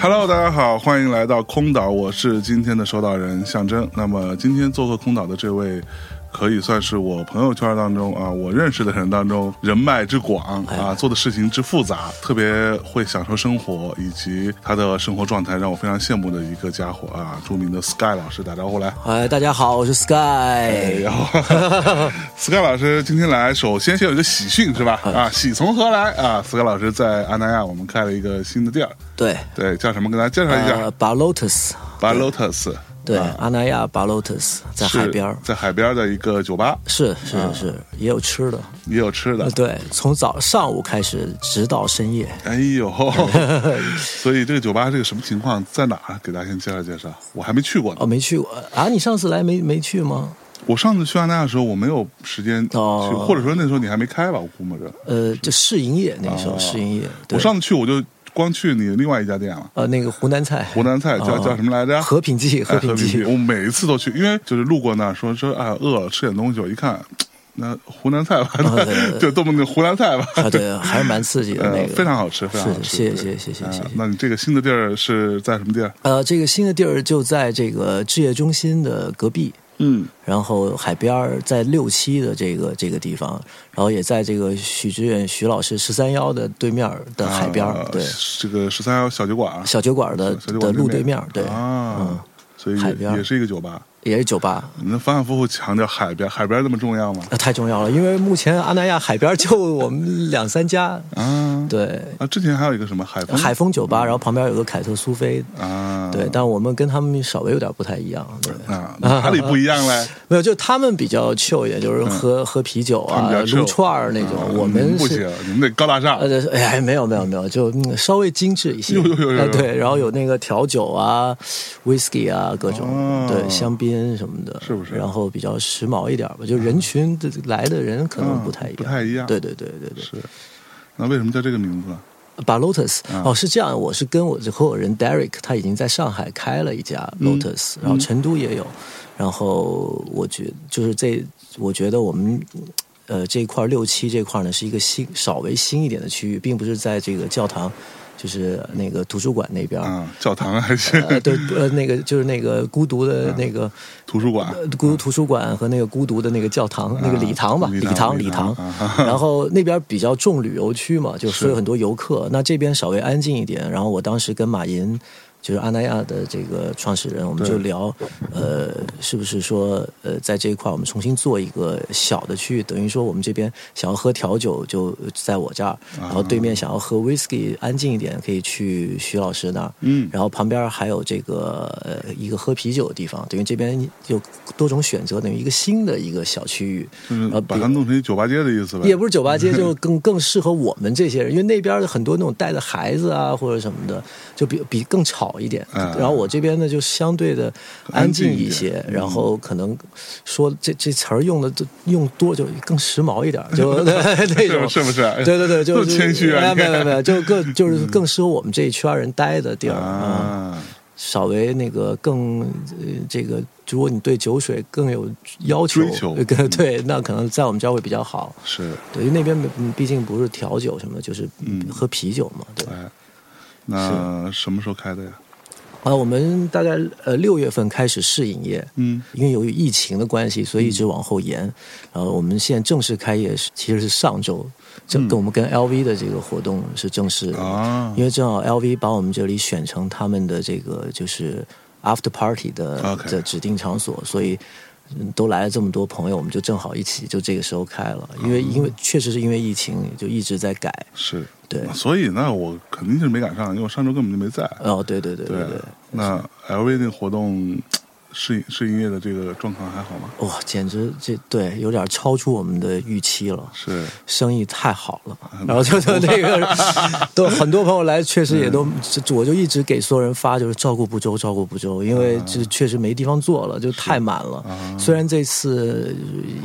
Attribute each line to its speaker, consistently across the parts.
Speaker 1: Hello，大家好，欢迎来到空岛，我是今天的收到人象征。那么今天做客空岛的这位，可以算是我朋友圈当中啊，我认识的人当中啊人脉之广啊，做的事情之复杂，特别会享受生活，以及他的生活状态让我非常羡慕的一个家伙啊，著名的 Sky 老师打招呼来。
Speaker 2: 嗨，哎大家好，我是 Sky。哎
Speaker 1: 然后 ，Sky 老师今天来，首先先有一个喜讯是吧？啊，喜从何来啊？Sky 老师在安那亚，我们开了一个新的店儿，
Speaker 2: 对，
Speaker 1: 对，叫什么？跟大家介绍一下。
Speaker 2: 呃，Bar Lotus，
Speaker 1: Bar Lotus
Speaker 2: 对，
Speaker 1: 啊
Speaker 2: 阿那亚 Bar Lotus 在海边儿
Speaker 1: 是，在海边儿的一个酒吧，
Speaker 2: 是是是，
Speaker 1: 啊
Speaker 2: 也有吃的。
Speaker 1: 也有吃的
Speaker 2: 呃，。对，从早上午开始，直到深夜。
Speaker 1: 哎呦， 所以这个酒吧是个什么情况，在哪儿？给大家先介绍介绍。我还没去过呢
Speaker 2: 哦，。没去过啊？你上次来没没去吗？
Speaker 1: 我上次去安那亚的时候，我没有时间去，
Speaker 2: 哦
Speaker 1: 或者说那时候你还没开吧，我估摸着。
Speaker 2: 呃，就试营业那个时候，
Speaker 1: 哦
Speaker 2: 试营业。对
Speaker 1: 我上次去我就光去你另外一家店了，
Speaker 2: 呃那个湖南菜，
Speaker 1: 湖南菜叫
Speaker 2: 哦
Speaker 1: 叫什么来着？
Speaker 2: 和平记，
Speaker 1: 哎
Speaker 2: 和平记。
Speaker 1: 我每一次都去，因为就是路过那儿说说啊饿了吃点东西，我一看。那湖南菜吧，
Speaker 2: 哦对对 对
Speaker 1: 就动不动就湖南菜吧，
Speaker 2: 啊，对，还是蛮刺 激的那
Speaker 1: 呃，
Speaker 2: 个，
Speaker 1: 非常好吃，非常好
Speaker 2: 是
Speaker 1: 吃。
Speaker 2: 谢谢
Speaker 1: 对
Speaker 2: 谢谢谢谢
Speaker 1: 啊
Speaker 2: 谢谢
Speaker 1: 那你这个新的地儿是在什么地儿？
Speaker 2: 呃，这个新的地儿就在这个置业中心的隔壁。
Speaker 1: 嗯，
Speaker 2: 然后海边儿在六期的这个这个地方，然后也在这个许知远许老师十三幺的对面儿的海边儿，
Speaker 1: 啊
Speaker 2: 对，
Speaker 1: 这个十三幺小酒馆啊，
Speaker 2: 小酒馆的
Speaker 1: 小酒馆对
Speaker 2: 的
Speaker 1: 面
Speaker 2: 路对面儿，对，嗯
Speaker 1: 啊，所以
Speaker 2: 海边
Speaker 1: 也也是一个酒吧。
Speaker 2: 也是酒吧。
Speaker 1: 你能反反复复强调海边，海边那么重要吗？
Speaker 2: 那太重要了，因为目前阿那亚海边儿就我们两三家，
Speaker 1: 啊，
Speaker 2: 对，
Speaker 1: 啊，之前还有一个什么海风
Speaker 2: 海风酒吧，然后旁边有个凯特苏菲，
Speaker 1: 嗯啊，
Speaker 2: 对，但我们跟他们稍微有点不太一样，对。
Speaker 1: 啊，哪里不一样 嘞？
Speaker 2: 没有，就他们比较 chill 一点，就是喝、喝啤酒
Speaker 1: 嗯他们
Speaker 2: 啊
Speaker 1: 比较、chill
Speaker 2: 撸串儿那种。
Speaker 1: 啊
Speaker 2: 我
Speaker 1: 你
Speaker 2: 们
Speaker 1: 不
Speaker 2: 是
Speaker 1: 行，你们得高大上。
Speaker 2: 呃，哎呀，没有没有没有，就、嗯稍微精致一些。
Speaker 1: 有有有有
Speaker 2: 呃对，然后有那个调酒啊、whisky 啊各种，
Speaker 1: 哦
Speaker 2: 对，香槟什么的，
Speaker 1: 是不是
Speaker 2: 然后比较时髦一点吧，就人群的来的人可能不太一样，
Speaker 1: 嗯不太一样
Speaker 2: 对对对对对。
Speaker 1: 是，那为什么叫这个名字啊呢？
Speaker 2: 把 Lotus 哦是这样，我是跟我的合伙人 Derek，他已经在上海开了一家 Lotus，、然后成都也有，然后我觉就是这，我觉得我们。呃，这一块六七这块呢是一个新稍微新一点的区域，并不是在这个教堂，就是那个图书馆那边儿。
Speaker 1: 啊，教堂还是
Speaker 2: 呃，对，呃，那个就是那个孤独的那个、
Speaker 1: 图书馆？
Speaker 2: 呃孤独图书馆和那个孤独的那个教堂、那个礼堂吧，
Speaker 1: 礼
Speaker 2: 礼
Speaker 1: 堂礼
Speaker 2: 礼
Speaker 1: 堂
Speaker 2: 堂
Speaker 1: 啊。
Speaker 2: 然后那边比较重旅游区嘛，就所以很多游客。那这边稍微安静一点。然后我当时跟马银，就是阿那亚的这个创始人，我们就聊，呃，是不是说，呃，在这一块我们重新做一个小的区域，等于说我们这边想要喝调酒就在我这儿，
Speaker 1: 啊
Speaker 2: 然后对面想要喝 whisky 安静一点，可以去徐老师那儿。
Speaker 1: 嗯
Speaker 2: 然后旁边还有这个呃一个喝啤酒的地方，等于这边有多种选择，等于一个新的一个小区域，
Speaker 1: 就是
Speaker 2: 然后
Speaker 1: 把
Speaker 2: 比
Speaker 1: 它弄成一酒吧街的意思呗。
Speaker 2: 呃也不是酒吧街，就更更适合我们这些人，因为那边的很多那种带着孩子啊或者什么的，就比比更吵一点。
Speaker 1: 嗯
Speaker 2: 然后我这边呢就相对的安静一
Speaker 1: 安静嗯
Speaker 2: 些，然后可能说这这词儿用的就用多就更时髦一点， 就那种
Speaker 1: 是不是
Speaker 2: 对对对，
Speaker 1: 这
Speaker 2: 就
Speaker 1: 么谦虚啊
Speaker 2: 哎
Speaker 1: 你
Speaker 2: 没
Speaker 1: 看
Speaker 2: 有没有没有，就 更就是更适合我们这一圈人待的地儿嗯
Speaker 1: 啊，
Speaker 2: 稍微那个更呃这个，如果你对酒水更有要求，呃
Speaker 1: 追求
Speaker 2: 对，那可能在我们这儿会比较好。
Speaker 1: 是，
Speaker 2: 对，因为那边嗯毕竟不是调酒什么的，就是
Speaker 1: 嗯
Speaker 2: 喝啤酒嘛，对。
Speaker 1: 哎，那什么时候开的呀？
Speaker 2: 啊，我们大概呃六月份开始试营业，
Speaker 1: 嗯，
Speaker 2: 因为由于疫情的关系，所以一直往后延。然后我们现在正式开业是其实是上周，正跟我们跟 LV 的这个活动是正式
Speaker 1: 嗯啊
Speaker 2: 因为正好 LV 把我们这里选成他们的这个就是 after party 的
Speaker 1: OK
Speaker 2: 的指定场所，所以。嗯都来了这么多朋友，我们就正好一起就这个时候开了，因
Speaker 1: 哦
Speaker 2: 为因为确实是因为疫情就一直在改，
Speaker 1: 是，
Speaker 2: 对呃
Speaker 1: 所以呢，我肯
Speaker 2: 哦
Speaker 1: 定是没赶上，因为我上周根本就没在。
Speaker 2: 哦，对对对对
Speaker 1: 那 LV 那个活动试试营业的这个状况还好吗？
Speaker 2: 哇、简直这对有点超出我们的预期了。
Speaker 1: 是，
Speaker 2: 生意太好了，然后就就那个，都很多朋友来，确实也都，这我就一直给所有人发，就是照顾不周，照顾不周，因为这确实没地方坐了，就太满了。虽然这次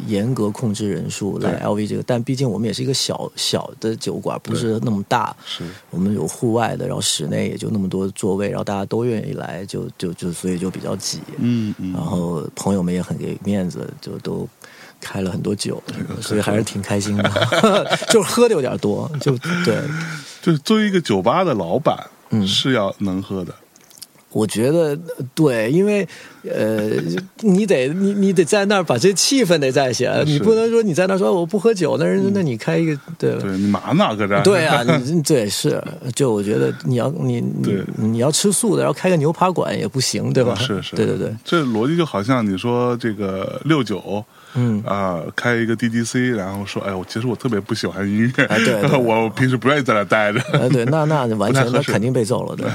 Speaker 2: 严格控制人数来 LV 这个，但毕竟我们也是一个小小的酒馆，不是那么大，
Speaker 1: 是
Speaker 2: 我们有户外的，然后室内也就那么多座位，然后大家都愿意来，就就就所以就比较挤。
Speaker 1: 嗯嗯，
Speaker 2: 然后朋友们也很给面子，就都开了很多酒，所以还是挺开心的。 就是喝的有点多，就对，
Speaker 1: 就是作为一个酒吧的老板，
Speaker 2: 嗯
Speaker 1: 是要能喝的。
Speaker 2: 我觉得对，因为呃，你得你你得在那儿把这气氛得在先，你不能说你在那儿说我不喝酒，那人那你开一个对吧？
Speaker 1: 嗯对你嘛呢？搁这儿？
Speaker 2: 对 啊，你 对是，就我觉得你要你你
Speaker 1: 对
Speaker 2: 你要吃素的，然后开个牛扒馆也不行，对吧？
Speaker 1: 嗯是是，
Speaker 2: 对对对，，
Speaker 1: 这逻辑就好像你说这个六九。
Speaker 2: 嗯
Speaker 1: 啊、开一个 DDC，然后说，哎，我其实我特别不喜欢音乐，
Speaker 2: 哎对 对
Speaker 1: 我平时不愿意在那儿待着。
Speaker 2: 哎对，那那完全
Speaker 1: 不太
Speaker 2: 那
Speaker 1: 合适
Speaker 2: 肯定被揍了，对。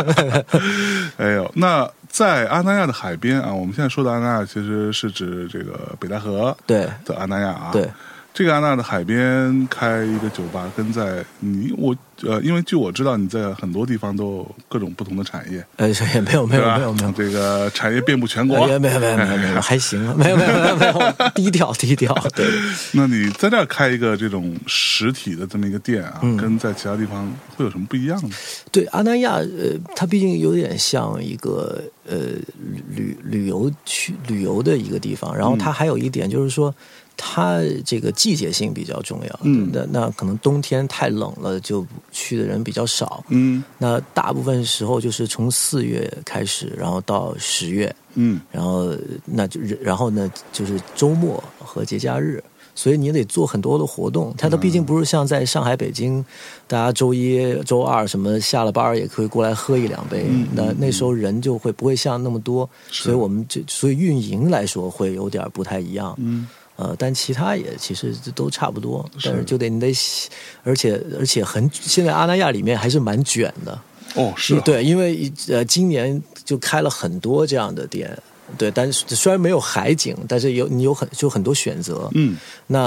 Speaker 1: 哎呦，那在阿那亚的海边啊，我们现在说的阿那亚其实是指这个北戴河
Speaker 2: 对
Speaker 1: 的阿那亚啊。
Speaker 2: 对，
Speaker 1: 这个阿那亚的海边开一个酒吧，跟在你我呃，因为据我知道你在很多地方都有各种不同的产业，
Speaker 2: 呃，也没有没
Speaker 1: 对
Speaker 2: 有
Speaker 1: 吧？
Speaker 2: 没有没有，
Speaker 1: 这个产业遍布全国。
Speaker 2: 哎没有没有没有没 有没有，还行啊，没有没有没有没有， 低调低调，对，
Speaker 1: 那你在这儿开一个这种实体的这么一个店啊，
Speaker 2: 嗯
Speaker 1: 跟在其他地方会有什么不一样呢？
Speaker 2: 对，阿那亚呃，它毕竟有点像一个呃旅旅游去旅游的一个地方，然后它还有一点就是说。它这个季节性比较重要，
Speaker 1: 嗯
Speaker 2: 那那可能冬天太冷了，就去的人比较少。
Speaker 1: 嗯
Speaker 2: 那大部分时候就是从四月开始，然后到十月，
Speaker 1: 嗯，
Speaker 2: 然后那就然后呢就是周末和节假日，所以你得做很多的活动。它它毕竟不是像在上海、北京，大家周一周二什么下了班儿也可以过来喝一两杯，那那时候人就会不会像那么多，所以我们这所以运营来说会有点不太一样。嗯。呃，但其他也其实都差不多，但是就得你得洗，而且而且很，现在阿那亚里面还是蛮卷的，
Speaker 1: 哦，是啊、
Speaker 2: 对，因为呃，今年就开了很多这样的店，对，但是虽然没有海景，但是有你有很就很多选择，
Speaker 1: 嗯，
Speaker 2: 那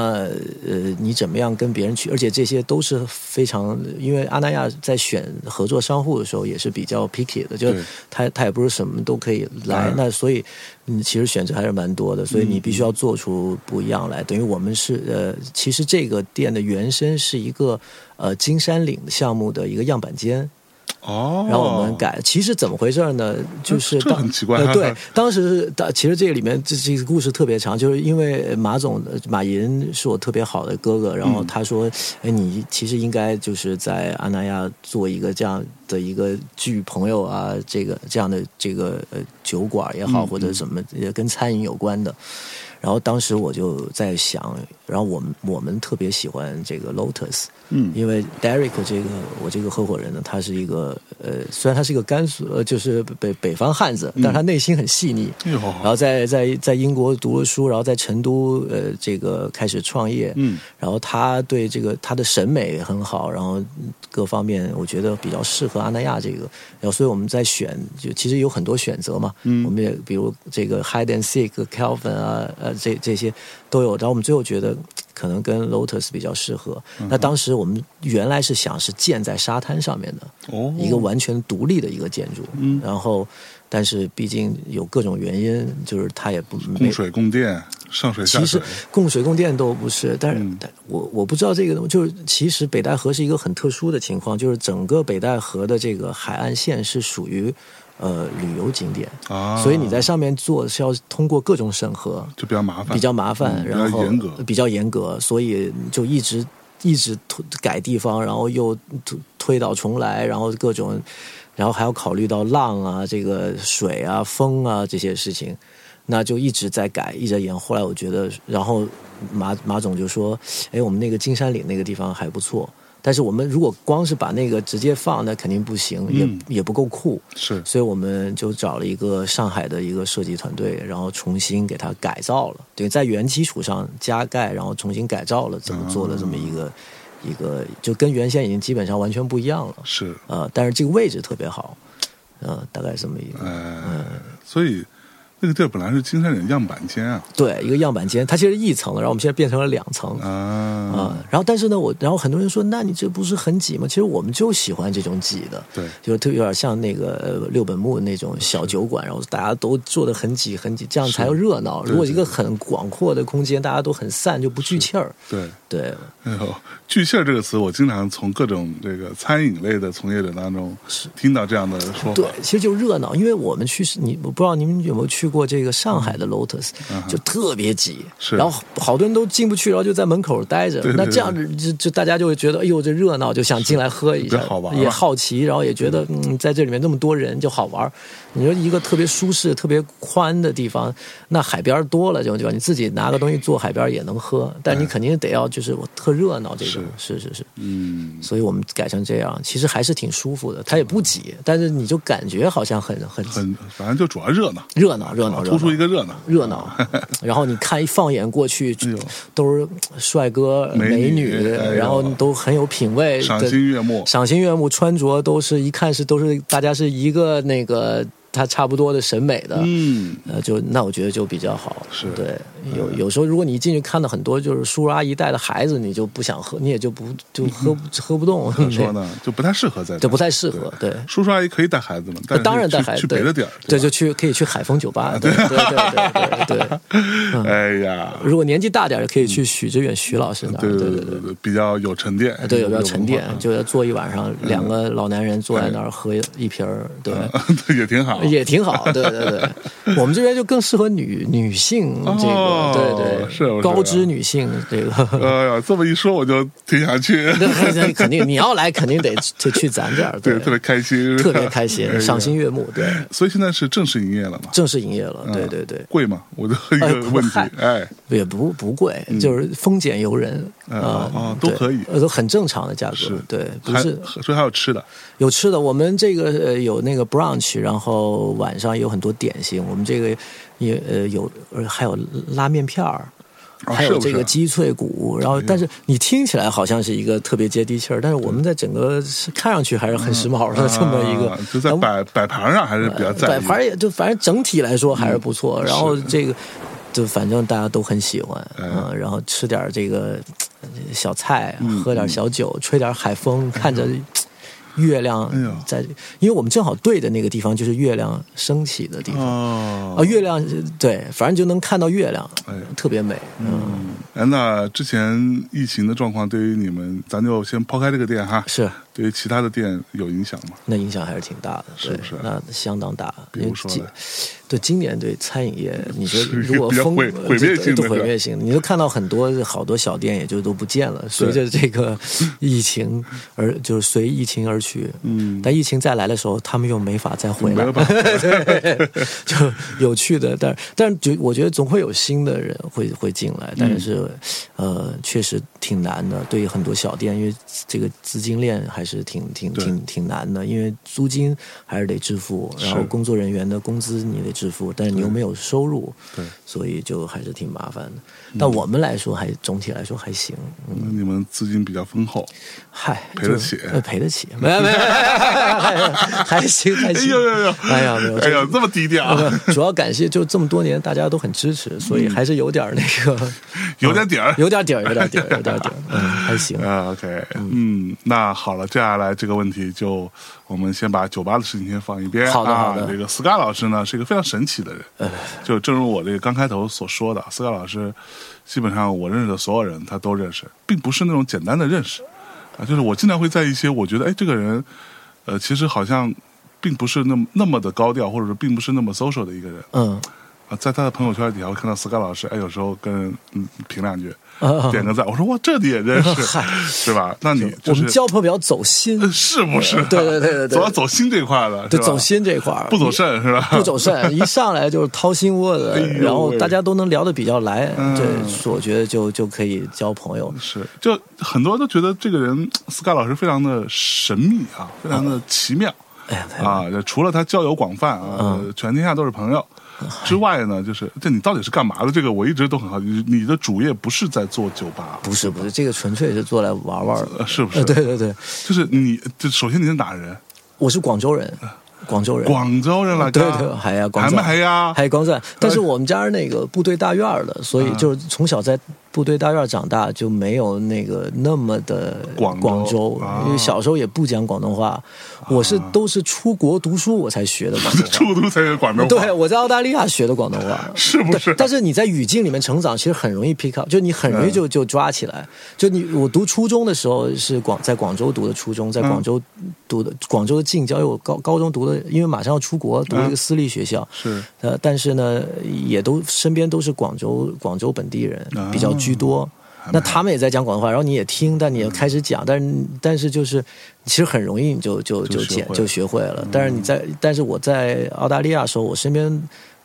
Speaker 2: 呃，你怎么样跟别人去？而且这些都是非常，因为阿那亚在选合作商户的时候也是比较 picky 的，就
Speaker 1: 对哎
Speaker 2: 他他也不是什么都可以来，那所以你其实选择还是蛮多的，所以
Speaker 1: 嗯
Speaker 2: 你必须要做出不一样来。等于我们是呃，其实这个店的原身是一个呃金山岭项目的一个样板间，
Speaker 1: 哦，
Speaker 2: 然后我们改。其实怎么回事呢？就是
Speaker 1: 这
Speaker 2: 当
Speaker 1: 很奇怪
Speaker 2: 呃对，当时是当其实这个里面这这个故事特别长，就是因为马总呃马银是我特别好的哥哥，然后
Speaker 1: 嗯
Speaker 2: 他说：“哎，你其实应该就是在阿那亚做一个这样的一个剧朋友啊，这个这样的这个呃酒馆也
Speaker 1: 嗯
Speaker 2: 好，或者什么呃跟餐饮有关的。”然后当时我就在想，然后我们我们特别喜欢这个 Lotus，
Speaker 1: 嗯
Speaker 2: 因为 Derek 这个我这个合伙人呢，他是一个呃，虽然他是一个甘肃呃，就是北北方汉子，但他内心很细腻。
Speaker 1: 哎呦，
Speaker 2: 然后在在在英国读了书，然后在成都呃这个开始创业，
Speaker 1: 嗯，
Speaker 2: 然后他对这个他的审美也很好，然后各方面我觉得比较适合阿那亚这个，然后所以我们在选就其实有很多选择嘛，嗯，我们也比如这个 Hide and Seek、Calvin 啊呃这这些都有，然后我们最后觉得可能跟 Lotus 比较适合。那当时我们原来是想是建在沙滩上面的，
Speaker 1: 哦，
Speaker 2: 一个完全独立的一个建筑。嗯，然后，但是毕竟有各种原因，就是它也不没
Speaker 1: 供。水供电，上水下
Speaker 2: 其
Speaker 1: 水嗯
Speaker 2: 实，供水供电都不是，但是、但我我不知道这个东西，就是其实北戴河是一个很特殊的情况，就是整个北戴河的这个海岸线是属于呃旅游景点，
Speaker 1: 啊
Speaker 2: 所以你在上面做是要通过各种审核，
Speaker 1: 就比较麻烦，
Speaker 2: 比较麻烦，
Speaker 1: 嗯比较
Speaker 2: 然后呃
Speaker 1: 严格
Speaker 2: 比较严格，所以就一直一直推改地方，然后又推推倒重来，然后各种，然后还要考虑到浪啊、这个水啊、风啊这些事情，那就一直在改，一直在演。后来我觉得，然后马马总就说：“哎，我们那个金山岭那个地方还不错。”但是我们如果光是把那个直接放，那肯定不行，
Speaker 1: 嗯
Speaker 2: 也也不够酷。
Speaker 1: 是
Speaker 2: 所以我们就找了一个上海的一个设计团队，然后重新给它改造了，对，在原基础上加盖，然后重新改造了，这么做了这么一个、一个，就跟原先已经基本上完全不一样了。啊
Speaker 1: 是，嗯
Speaker 2: 呃，但是这个位置特别好，呃，大概这么一个。
Speaker 1: 呃，所以那个地儿本来是金山点样板间啊，
Speaker 2: 对，一个样板间，它其实一层的，然后我们现在变成了两层
Speaker 1: 啊、
Speaker 2: 啊、然后但是呢，我然后很多人说，那你这不是很挤吗？其实我们就喜欢这种挤的，
Speaker 1: 对
Speaker 2: 就是特别有点像那个呃六本木那种小酒馆，然后大家都坐得很挤很挤，这样才热闹。
Speaker 1: 对
Speaker 2: 如果一个很广阔的空间，大家都很散，就不聚气儿。
Speaker 1: 对。
Speaker 2: 对，
Speaker 1: 哎呦，聚气儿这个词，我经常从各种这个餐饮类的从业者当中听到这样的说法。
Speaker 2: 对，其实就热闹，因为我们去你我不知道你们有没有去过这个上海的 Lotus，、就特别挤，
Speaker 1: 嗯是
Speaker 2: 然后好多人都进不去，然后就在门口待着。
Speaker 1: 对对
Speaker 2: 那这样子就就大家就会觉得，哎呦这热闹，就想进来喝一
Speaker 1: 比较
Speaker 2: 下，
Speaker 1: 好玩
Speaker 2: 也
Speaker 1: 嘛
Speaker 2: 好奇，然后也觉得嗯，在这里面那么多人就好玩儿。你说一个特别舒适、特别宽的地方，那海边儿多了这种地方，你自己拿个东西坐海边儿也能喝，但你
Speaker 1: 哎
Speaker 2: 肯定得要就是我特热闹这种，是是是。
Speaker 1: 嗯，
Speaker 2: 所以我们改成这样，其实还是挺舒服的。它也不挤，但是你就感觉好像很很
Speaker 1: 很，反正就主要热闹，
Speaker 2: 热闹，热闹，热哎
Speaker 1: 突
Speaker 2: 闹
Speaker 1: 出一个热闹。
Speaker 2: 热闹。然后你看，一放眼过去
Speaker 1: 哎呦，
Speaker 2: 都是帅哥
Speaker 1: 美
Speaker 2: 美
Speaker 1: 女
Speaker 2: 女，
Speaker 1: 哎呦
Speaker 2: 然后都很有品味，
Speaker 1: 赏
Speaker 2: 对
Speaker 1: 心悦目
Speaker 2: 赏心悦目，穿着都是一看是都是大家是一个那个他差不多的审美的。
Speaker 1: 嗯，
Speaker 2: 呃，就那我觉得就比较好，
Speaker 1: 是哎
Speaker 2: 对。有有时候，如果你一进去看到很多就是叔叔阿姨带的孩子，你就不想喝，你也就不就 喝不喝不动。
Speaker 1: 怎么说呢，就不太适合在这儿
Speaker 2: 就哎不太适合。对，
Speaker 1: 叔叔阿姨可以带孩子们，但是
Speaker 2: 当然
Speaker 1: 去
Speaker 2: 带孩子
Speaker 1: 去别的地儿。
Speaker 2: 对，
Speaker 1: 吧啊
Speaker 2: 就去可以去海风酒吧，对对对对对。对
Speaker 1: 哎呀，
Speaker 2: 如果年纪大点儿，可以去许知远许老师那儿，
Speaker 1: 嗯对
Speaker 2: 对啊
Speaker 1: 对对，比较有沉淀，
Speaker 2: 对，有比较沉淀
Speaker 1: 文，化嗯哎
Speaker 2: 就要坐一晚上，两个老男人坐在那儿喝一瓶儿，对。
Speaker 1: 嗯 也挺好。
Speaker 2: 也挺好，对对对，我们这边就更适合女女性这
Speaker 1: 哦
Speaker 2: 个，对对，
Speaker 1: 是啊我知道
Speaker 2: 高知女性 这个，
Speaker 1: 哎呀，这么一说我就挺想去，
Speaker 2: 那那肯定你要来肯定得去去咱这儿，
Speaker 1: 对，特别开心，
Speaker 2: 特别开心
Speaker 1: 哎，呀
Speaker 2: 赏心。悦目，对，
Speaker 1: 所以现在是正式营业了嘛？
Speaker 2: 正式营业了，对
Speaker 1: 嗯
Speaker 2: 对对，
Speaker 1: 贵吗？我的一
Speaker 2: 哎
Speaker 1: 个
Speaker 2: 不
Speaker 1: 问题
Speaker 2: 嗨，
Speaker 1: 哎，
Speaker 2: 也不不贵，就是丰俭由人
Speaker 1: 嗯
Speaker 2: 啊、
Speaker 1: 哦
Speaker 2: 对
Speaker 1: 都可以
Speaker 2: 呃，都很正常的价格，对，不
Speaker 1: 还
Speaker 2: 是
Speaker 1: 所以还有吃的，
Speaker 2: 有吃的。我们这个呃有那个 brunch，然后晚上也有很多点心，我们这个也呃有呃还有拉面片儿。
Speaker 1: 哦
Speaker 2: 还
Speaker 1: 是哎
Speaker 2: 有
Speaker 1: 不
Speaker 2: 这个
Speaker 1: 是
Speaker 2: 鸡脆骨，然后但是你听起来好像是一个特别接地气儿，但是我们在整个是看上去还是很时髦的这么一个
Speaker 1: 啊，就在摆摆盘上还是比较在
Speaker 2: 摆
Speaker 1: 意。嗯
Speaker 2: 盘儿也就反正整体来说还是不错。然后这个就反正大家都很喜欢，嗯，然后吃点儿这个呃小菜，
Speaker 1: 嗯
Speaker 2: 喝点儿小酒，吹点儿海风，看着。月亮
Speaker 1: 哎呦
Speaker 2: 在，因为我们正好对的那个地方就是月亮升起的地方啊，
Speaker 1: 哦，
Speaker 2: 月亮对，反正就能看到月亮
Speaker 1: 哎呦，
Speaker 2: 特别美。嗯，
Speaker 1: 哎，那之前疫情的状况对于你们，咱就先抛开这个店哈，
Speaker 2: 是
Speaker 1: 对于其他的店有影响吗？
Speaker 2: 那影响还是挺大的，
Speaker 1: 是
Speaker 2: 对
Speaker 1: 不是
Speaker 2: 那相当大。
Speaker 1: 比如说
Speaker 2: 因为今
Speaker 1: 呢
Speaker 2: 对今年对餐饮业，你说
Speaker 1: 是一个
Speaker 2: 如果
Speaker 1: 比较
Speaker 2: 封
Speaker 1: 毁毁灭性的
Speaker 2: 对对毁灭性，你就看到很多好多小店也就都不见了，随着这个 疫情而就是随疫情而去。嗯，但疫情再来的时候，他们又没法再回
Speaker 1: 没
Speaker 2: 来
Speaker 1: 有。办法，
Speaker 2: 对，就有趣的，但但就我觉得总会有新的人会会进来，但是、呃，确实挺难的。对于很多小店，因为这个资金链还是挺挺
Speaker 1: 对
Speaker 2: 挺挺难的，因为租金还是得支付，然后工作人员的工资你得支付，但是你又没有收入，
Speaker 1: 对
Speaker 2: 所以就还是挺麻烦的。但我们来说还总体来说还行，嗯
Speaker 1: 那你们资金比较丰厚，
Speaker 2: 嗨，
Speaker 1: 赔得
Speaker 2: 就是
Speaker 1: 起
Speaker 2: 呃赔得起，没有没有，还行还
Speaker 1: 哎
Speaker 2: 行，
Speaker 1: 呦呦呦，
Speaker 2: 哎呀没有，
Speaker 1: 哎呀，这么低调 啊，
Speaker 2: 呃主要感谢就这么多年大家都很支持，所以还是有点儿那个，
Speaker 1: 嗯 有点底儿，
Speaker 2: 有点底儿，有点底儿，有点底儿，嗯，还行。
Speaker 1: 啊，OK，嗯，那好了，接下来这个问题就我们先把酒吧的事情先放一边。
Speaker 2: 好的
Speaker 1: 啊
Speaker 2: 好的呃
Speaker 1: 这个 Scar 老师呢是一个非常神奇的人，就正如我这个刚开头所说的，Scar 老师基本上我认识的所有人他都认识，并不是那种简单的认识啊，就是我经常会在一些我觉得哎这个人，呃，其实好像并不是那么那么的高调，或者说并不是那么 social 的一个人
Speaker 2: 嗯，
Speaker 1: 啊，在他的朋友圈底下会看到 Scar 老师，哎，有时候跟人嗯评两句。
Speaker 2: 啊
Speaker 1: 点个赞，我说哇，这你也认识，
Speaker 2: 嗨
Speaker 1: 是吧？那你
Speaker 2: 嗯我
Speaker 1: 就是呃
Speaker 2: 们交朋友比较走心，
Speaker 1: 是不是？
Speaker 2: 对对对对对
Speaker 1: 总要走心这块的，
Speaker 2: 对
Speaker 1: 是吧
Speaker 2: 走心这块儿
Speaker 1: 不走。肾是吧？
Speaker 2: 不走 肾，一上来就是掏心窝子
Speaker 1: 哎呦，喂
Speaker 2: 然后大家都能聊得比较来，
Speaker 1: 嗯
Speaker 2: 对，所以我觉得就就可以交朋友。
Speaker 1: 是，就很多人都觉得这个人 Sky 老师非常的神秘啊，非常的奇妙
Speaker 2: 哎呀，
Speaker 1: 啊。就除了他交友广泛啊，
Speaker 2: 嗯
Speaker 1: 全天下都是朋友。之外呢，就是这你到底是干嘛的？这个我一直都很好奇。你你的主业不是在做酒吧，
Speaker 2: 不是不是，这个纯粹是做来玩玩的，
Speaker 1: 呃是不是
Speaker 2: 呃对对对，
Speaker 1: 就是你，就首先你是哪人？
Speaker 2: 我是广州人，广州
Speaker 1: 嗯
Speaker 2: 人，
Speaker 1: 广州人了，
Speaker 2: 对对，还呀，广
Speaker 1: 啊还
Speaker 2: 州
Speaker 1: 没还哎啊呀？
Speaker 2: 还有光赞，但是我们家是那个部队大院儿的，所以
Speaker 1: 嗯
Speaker 2: 就是从小在部队大院儿长大，就没有那个那么的
Speaker 1: 广州
Speaker 2: 广州
Speaker 1: 啊，
Speaker 2: 因为小时候也不讲广东话，我是都是出国读书我才学的广 东话。
Speaker 1: 出都才有广州话
Speaker 2: 对，，我在澳大利亚学的广东话，
Speaker 1: 是不是？
Speaker 2: 但是你在语境里面成长，其实很容易 pick up，就你很容
Speaker 1: 嗯
Speaker 2: 易就就抓起来。就你我读初中的时候是广在广州读的初中，在
Speaker 1: 嗯
Speaker 2: 广州读的、广州的近郊，因为我高高中读的，因为马上要出国，读一个私立学校。
Speaker 1: 是
Speaker 2: 呃，但是呢，也都身边都是广州广州本地人
Speaker 1: 啊
Speaker 2: 比较居多。那他们也在讲广东话，然后你也听，但你也开始讲，但是但是就是，其实很容易你就就
Speaker 1: 就
Speaker 2: 就
Speaker 1: 学
Speaker 2: 简
Speaker 1: 会
Speaker 2: 就
Speaker 1: 了嗯
Speaker 2: 学会了。但是你在，但是我在澳大利亚的时候，我身边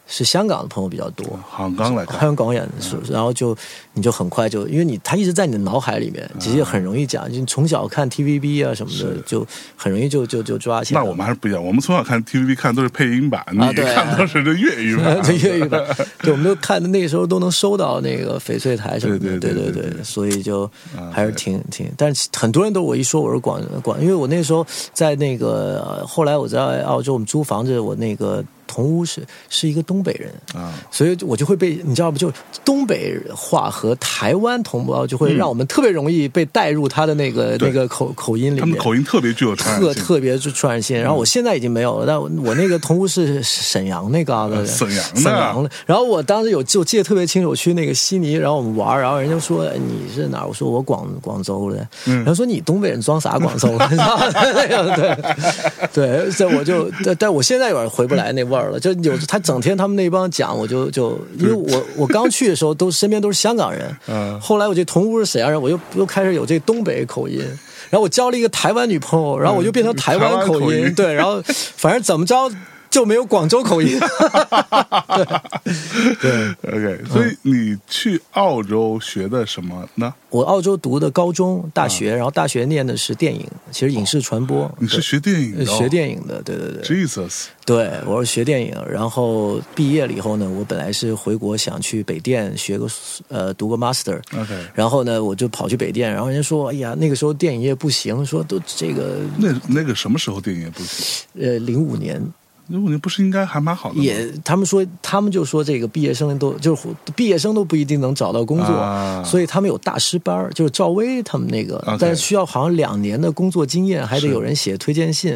Speaker 2: 是香港的朋友比较多，
Speaker 1: 杭港来的，
Speaker 2: 香港人，是然后就你就很快就，因为你他一直在你的脑海里面，其实也很容易讲，你从小看 TVB 啊什么的，就很容易就就就抓起来
Speaker 1: 那
Speaker 2: 了。
Speaker 1: 我们还是不一样，我们从小看 TVB 看都是配音版，你
Speaker 2: 啊对
Speaker 1: 看都是这粤语版，
Speaker 2: 对粤语版，对，我们都看的那个时候都能收到那个翡翠台什么
Speaker 1: 对对
Speaker 2: 的，对
Speaker 1: 对对啊
Speaker 2: 对，所以就还是挺挺，但是很多人都我一说我是广广，因为我那时候在那个呃后来我在澳洲，我们租房子，我那个同屋是是一个东北人
Speaker 1: 啊，
Speaker 2: 所以我就会被你知道不？就东北话和台湾同胞就会让我们特别容易被带入他的那个
Speaker 1: 嗯对
Speaker 2: 那个口口音里
Speaker 1: 他们
Speaker 2: 面，
Speaker 1: 的口音特别具有传
Speaker 2: 特
Speaker 1: 染性。嗯
Speaker 2: 特别就传染性。然后我现在已经没有了，但我我那个同屋是沈阳那嘎达的，
Speaker 1: 啊沈阳的
Speaker 2: 沈阳的。然后我当时有就记得特别清楚，我去那个悉尼，然后我们玩儿，然后人家说哎你是哪儿？我说我广广州的。
Speaker 1: 嗯
Speaker 2: 然后说你东北人装啥广州的？ 对对，这我就但但我现在有点回不来那味儿了。就有他整天他们那帮讲，我就就因为我我刚去的时候都身边都是香港人，
Speaker 1: 嗯
Speaker 2: 后来我这同屋是沈阳人，我又又开始有这东北口音。然后我交了一个台湾女朋友，然后我就变成台
Speaker 1: 嗯台湾
Speaker 2: 湾口
Speaker 1: 口音
Speaker 2: 对，然后反正怎么着就没有广州口音。 对，嗯
Speaker 1: OK，所以你去澳洲学的什么呢？
Speaker 2: 我澳洲读的高中、大学，然后大学念的是电影，其实影视传播。
Speaker 1: 啊你是学电影
Speaker 2: 对
Speaker 1: 的哦？
Speaker 2: 学电影的，对对对。
Speaker 1: Jesus
Speaker 2: 对，我是学电影，然后毕业了以后呢，我本来是回国想去北电学个呃读个 master，
Speaker 1: OK
Speaker 2: 然后呢我就跑去北电，然后人家说，哎呀，那个时候电影业不行，说都这个
Speaker 1: 那那个什么时候电影也不行？
Speaker 2: 呃零五年
Speaker 1: 如果你不是应该还蛮好的吗？
Speaker 2: 也，他们说，他们就说这个毕业生都就是毕业生都不一定能找到工作，
Speaker 1: 啊
Speaker 2: 所以他们有大师班儿就是赵薇他们那个
Speaker 1: OK
Speaker 2: 但是需要好像两年的工作经验，还得有人写推荐信，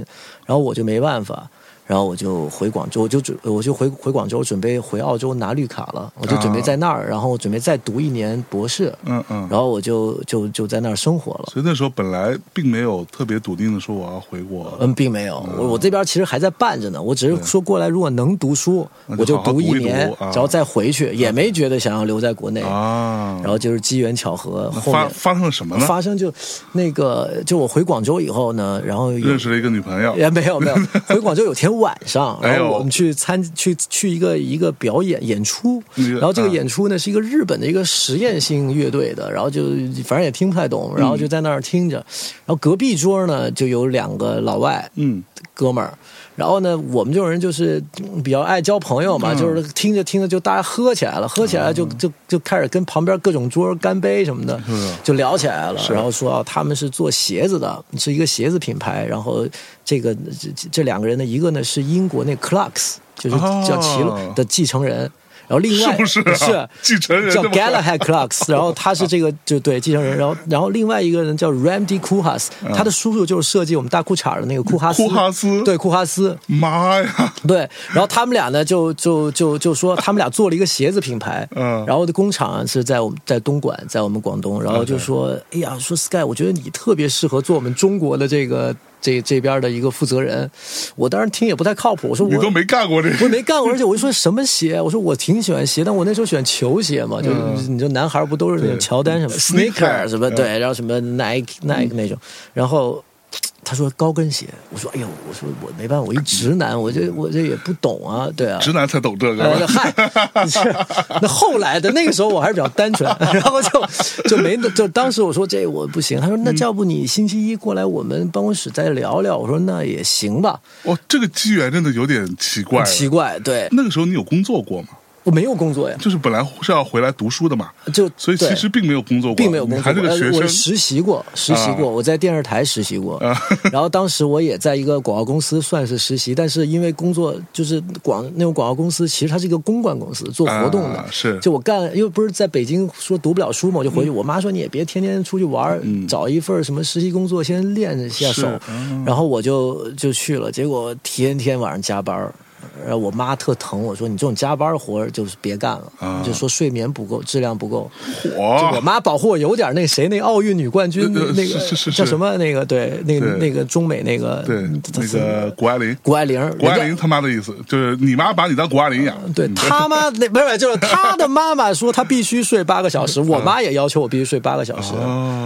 Speaker 2: 然后我就没办法。然后我就回广州，我就准我就回回广州，准备回澳洲拿绿卡了。我就准备在那儿，然后我准备再读一年博士，
Speaker 1: 啊嗯嗯。
Speaker 2: 然后我就就就在那儿生活了。
Speaker 1: 所以那时候本来并没有特别笃定的说我要回国，
Speaker 2: 嗯，并没有，我我这边其实还在办着呢，我只是说过来，如果能读书，
Speaker 1: 嗯那
Speaker 2: 我
Speaker 1: 就
Speaker 2: 就
Speaker 1: 好好
Speaker 2: 一
Speaker 1: 读一读
Speaker 2: 年，
Speaker 1: 啊
Speaker 2: 然后再回去，也没觉得想要留在国内。
Speaker 1: 啊，
Speaker 2: 嗯然后就是机缘巧合，后
Speaker 1: 发
Speaker 2: 面
Speaker 1: 发生了什么呢？
Speaker 2: 发生就那个，就我回广州以后呢，然后有
Speaker 1: 认识了一个女朋友，
Speaker 2: 也没 有没有，回广州有天晚上，
Speaker 1: 哎呦
Speaker 2: 然后我们去参去去一个一个表演演出，
Speaker 1: 那个
Speaker 2: 然后这个
Speaker 1: 啊
Speaker 2: 演出呢是一个日本的一个实验性乐队的，然后就反正也听不太懂，然后就在那儿听着，然后隔壁桌呢就有两个老外，
Speaker 1: 嗯，
Speaker 2: 哥们儿。然后呢，我们这种人就是嗯比较爱交朋友
Speaker 1: 嗯
Speaker 2: 嘛，就是听着听着就大家喝起来了，喝起来就、就就开始跟旁边各种桌干杯什么的，
Speaker 1: 啊
Speaker 2: 就聊起来了。然后说啊，他们是做鞋子的，是一个鞋子品牌。然后这个这这这两个人呢，一个呢是英国那 Clarks，就是
Speaker 1: 哦
Speaker 2: 叫奇乐的继承人。然后另外
Speaker 1: 是不是啊继承人
Speaker 2: 叫
Speaker 1: 这么
Speaker 2: Galahad Clarks，然后他是这个就对继承人，然后然后另外一个人叫 Ramdi Kuhas，他的叔叔就是设计我们大裤衩的那个库哈斯，
Speaker 1: 嗯库哈斯
Speaker 2: 对库哈斯，
Speaker 1: 妈呀，
Speaker 2: 对，然后他们俩呢，就就就就说他们俩做了一个鞋子品牌，
Speaker 1: 嗯
Speaker 2: 然后的工厂啊是在我们在东莞，在我们广东，然后就说，哎呀，说 Sky，我觉得你特别适合做我们中国的这个这这边的一个负责人，我当时听也不太靠谱，我说我
Speaker 1: 你都没干过这
Speaker 2: 我
Speaker 1: 个，
Speaker 2: 也没干过，而且我就说什么鞋？我说我挺喜欢鞋，但我那时候喜欢球鞋嘛，就是、你说男孩不都是那种乔丹什么
Speaker 1: Sneaker，
Speaker 2: sneaker 什么
Speaker 1: 嗯
Speaker 2: 对，然后什么 Nike Nike 那种，然后。他说高跟鞋，我说哎呦，我说我没办法，我一直男，我这我这也不懂啊，对啊，
Speaker 1: 直男才懂这
Speaker 2: 呃，
Speaker 1: 个，
Speaker 2: 嗨， 那后来的那个时候我还是比较单纯，然后就就没就当时我说这我不行，他说那
Speaker 1: 嗯
Speaker 2: 要不你星期一过来我们办公室再聊聊，我说那也行吧，
Speaker 1: 哦，这个机缘真的有点奇怪。
Speaker 2: 奇怪，对，
Speaker 1: 那个时候你有工作过吗？
Speaker 2: 我没有工作呀，
Speaker 1: 就是本来是要回来读书的嘛，
Speaker 2: 就
Speaker 1: 所以其
Speaker 2: 对
Speaker 1: 实并没有工作过，
Speaker 2: 并没有工
Speaker 1: 你
Speaker 2: 作
Speaker 1: 还是
Speaker 2: 过，
Speaker 1: 个
Speaker 2: 呃
Speaker 1: 学
Speaker 2: 我
Speaker 1: 生。啊
Speaker 2: 实习过，实习过，我在电视台实习过，然后当时我也在一个广告公司算是实习，但是因为工作就是广那种广告公司，其实它是一个公关公司，做活动的，
Speaker 1: 啊是嗯
Speaker 2: 就我干，因为不是在北京说读不了书嘛，我就回去，我妈说你也别天天出去玩儿，找一份什么实习工作先练一下手
Speaker 1: 是，嗯
Speaker 2: 然后我就就去了，结果天天晚上加班儿。然后我妈特疼我说：“你这种加班活儿就是别干了，
Speaker 1: 啊
Speaker 2: 就说睡眠不够，质量不够。”就我
Speaker 1: 火，
Speaker 2: 妈保护我有点那谁那奥运女冠军
Speaker 1: 哦呃呃
Speaker 2: 那
Speaker 1: 是
Speaker 2: 个
Speaker 1: 是是
Speaker 2: 叫什么那个对那个
Speaker 1: 对
Speaker 2: 那个中美那个
Speaker 1: 对
Speaker 2: 她
Speaker 1: 那
Speaker 2: 她
Speaker 1: 个谷爱凌，
Speaker 2: 谷爱凌，
Speaker 1: 谷爱
Speaker 2: 人
Speaker 1: 凌嗯
Speaker 2: 家。
Speaker 1: 他妈的意思就是你妈把你当谷爱凌养，
Speaker 2: 呃对他妈那不是就是他的妈妈说她必须睡八个 小时，我妈也要求我必须睡八个小时
Speaker 1: 嗯